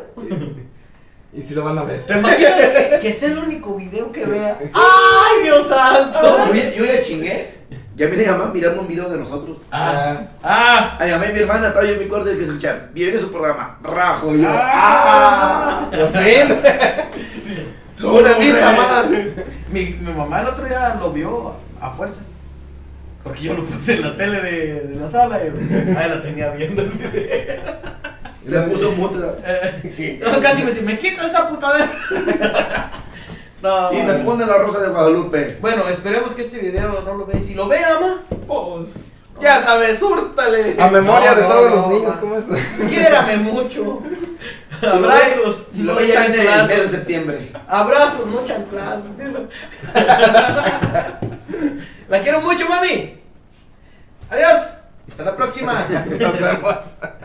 [SPEAKER 3] Y si lo van a ver.
[SPEAKER 2] ¿te imaginas que, que es el único video que vea? ¡Ay, Dios santo!
[SPEAKER 5] yo ya chingué. Ya miré a mamá mirando un video de nosotros.
[SPEAKER 3] Ah.
[SPEAKER 2] ¡Ah!
[SPEAKER 5] A mi mamá y mi hermana estaba yo en mi cuarto y hay que escuchar. Viene su programa. Rajo yo.
[SPEAKER 2] Ah.
[SPEAKER 5] ¡Ah! Una vista más.
[SPEAKER 2] Mi, mi mamá el otro día lo vio a, a fuerzas. Porque yo lo puse en la tele de, de la sala y ahí la tenía
[SPEAKER 5] *laughs*
[SPEAKER 2] viendo el video.
[SPEAKER 5] Le puso mute.
[SPEAKER 2] Yo casi me dice, me quita esa
[SPEAKER 5] *laughs*
[SPEAKER 2] putadera. no,
[SPEAKER 5] Y me pone la rosa de Guadalupe.
[SPEAKER 2] Bueno, esperemos que este video no lo vea. Y Si lo vea, mamá,
[SPEAKER 6] Pues, ya sabes, húrtale.
[SPEAKER 3] A memoria
[SPEAKER 2] No,
[SPEAKER 3] de
[SPEAKER 2] no,
[SPEAKER 3] todos
[SPEAKER 2] no,
[SPEAKER 3] los niños,
[SPEAKER 2] ma.
[SPEAKER 3] ¿cómo es?
[SPEAKER 5] *laughs*
[SPEAKER 2] quiérame mucho. Abrazos.
[SPEAKER 5] Si lo
[SPEAKER 2] no
[SPEAKER 5] ve ya viene el mes de
[SPEAKER 2] chanclazos.
[SPEAKER 5] septiembre.
[SPEAKER 2] Abrazos, no
[SPEAKER 5] *laughs*
[SPEAKER 2] chanclazos. La quiero mucho, mami. Adiós. Hasta la próxima.
[SPEAKER 3] Nos vemos.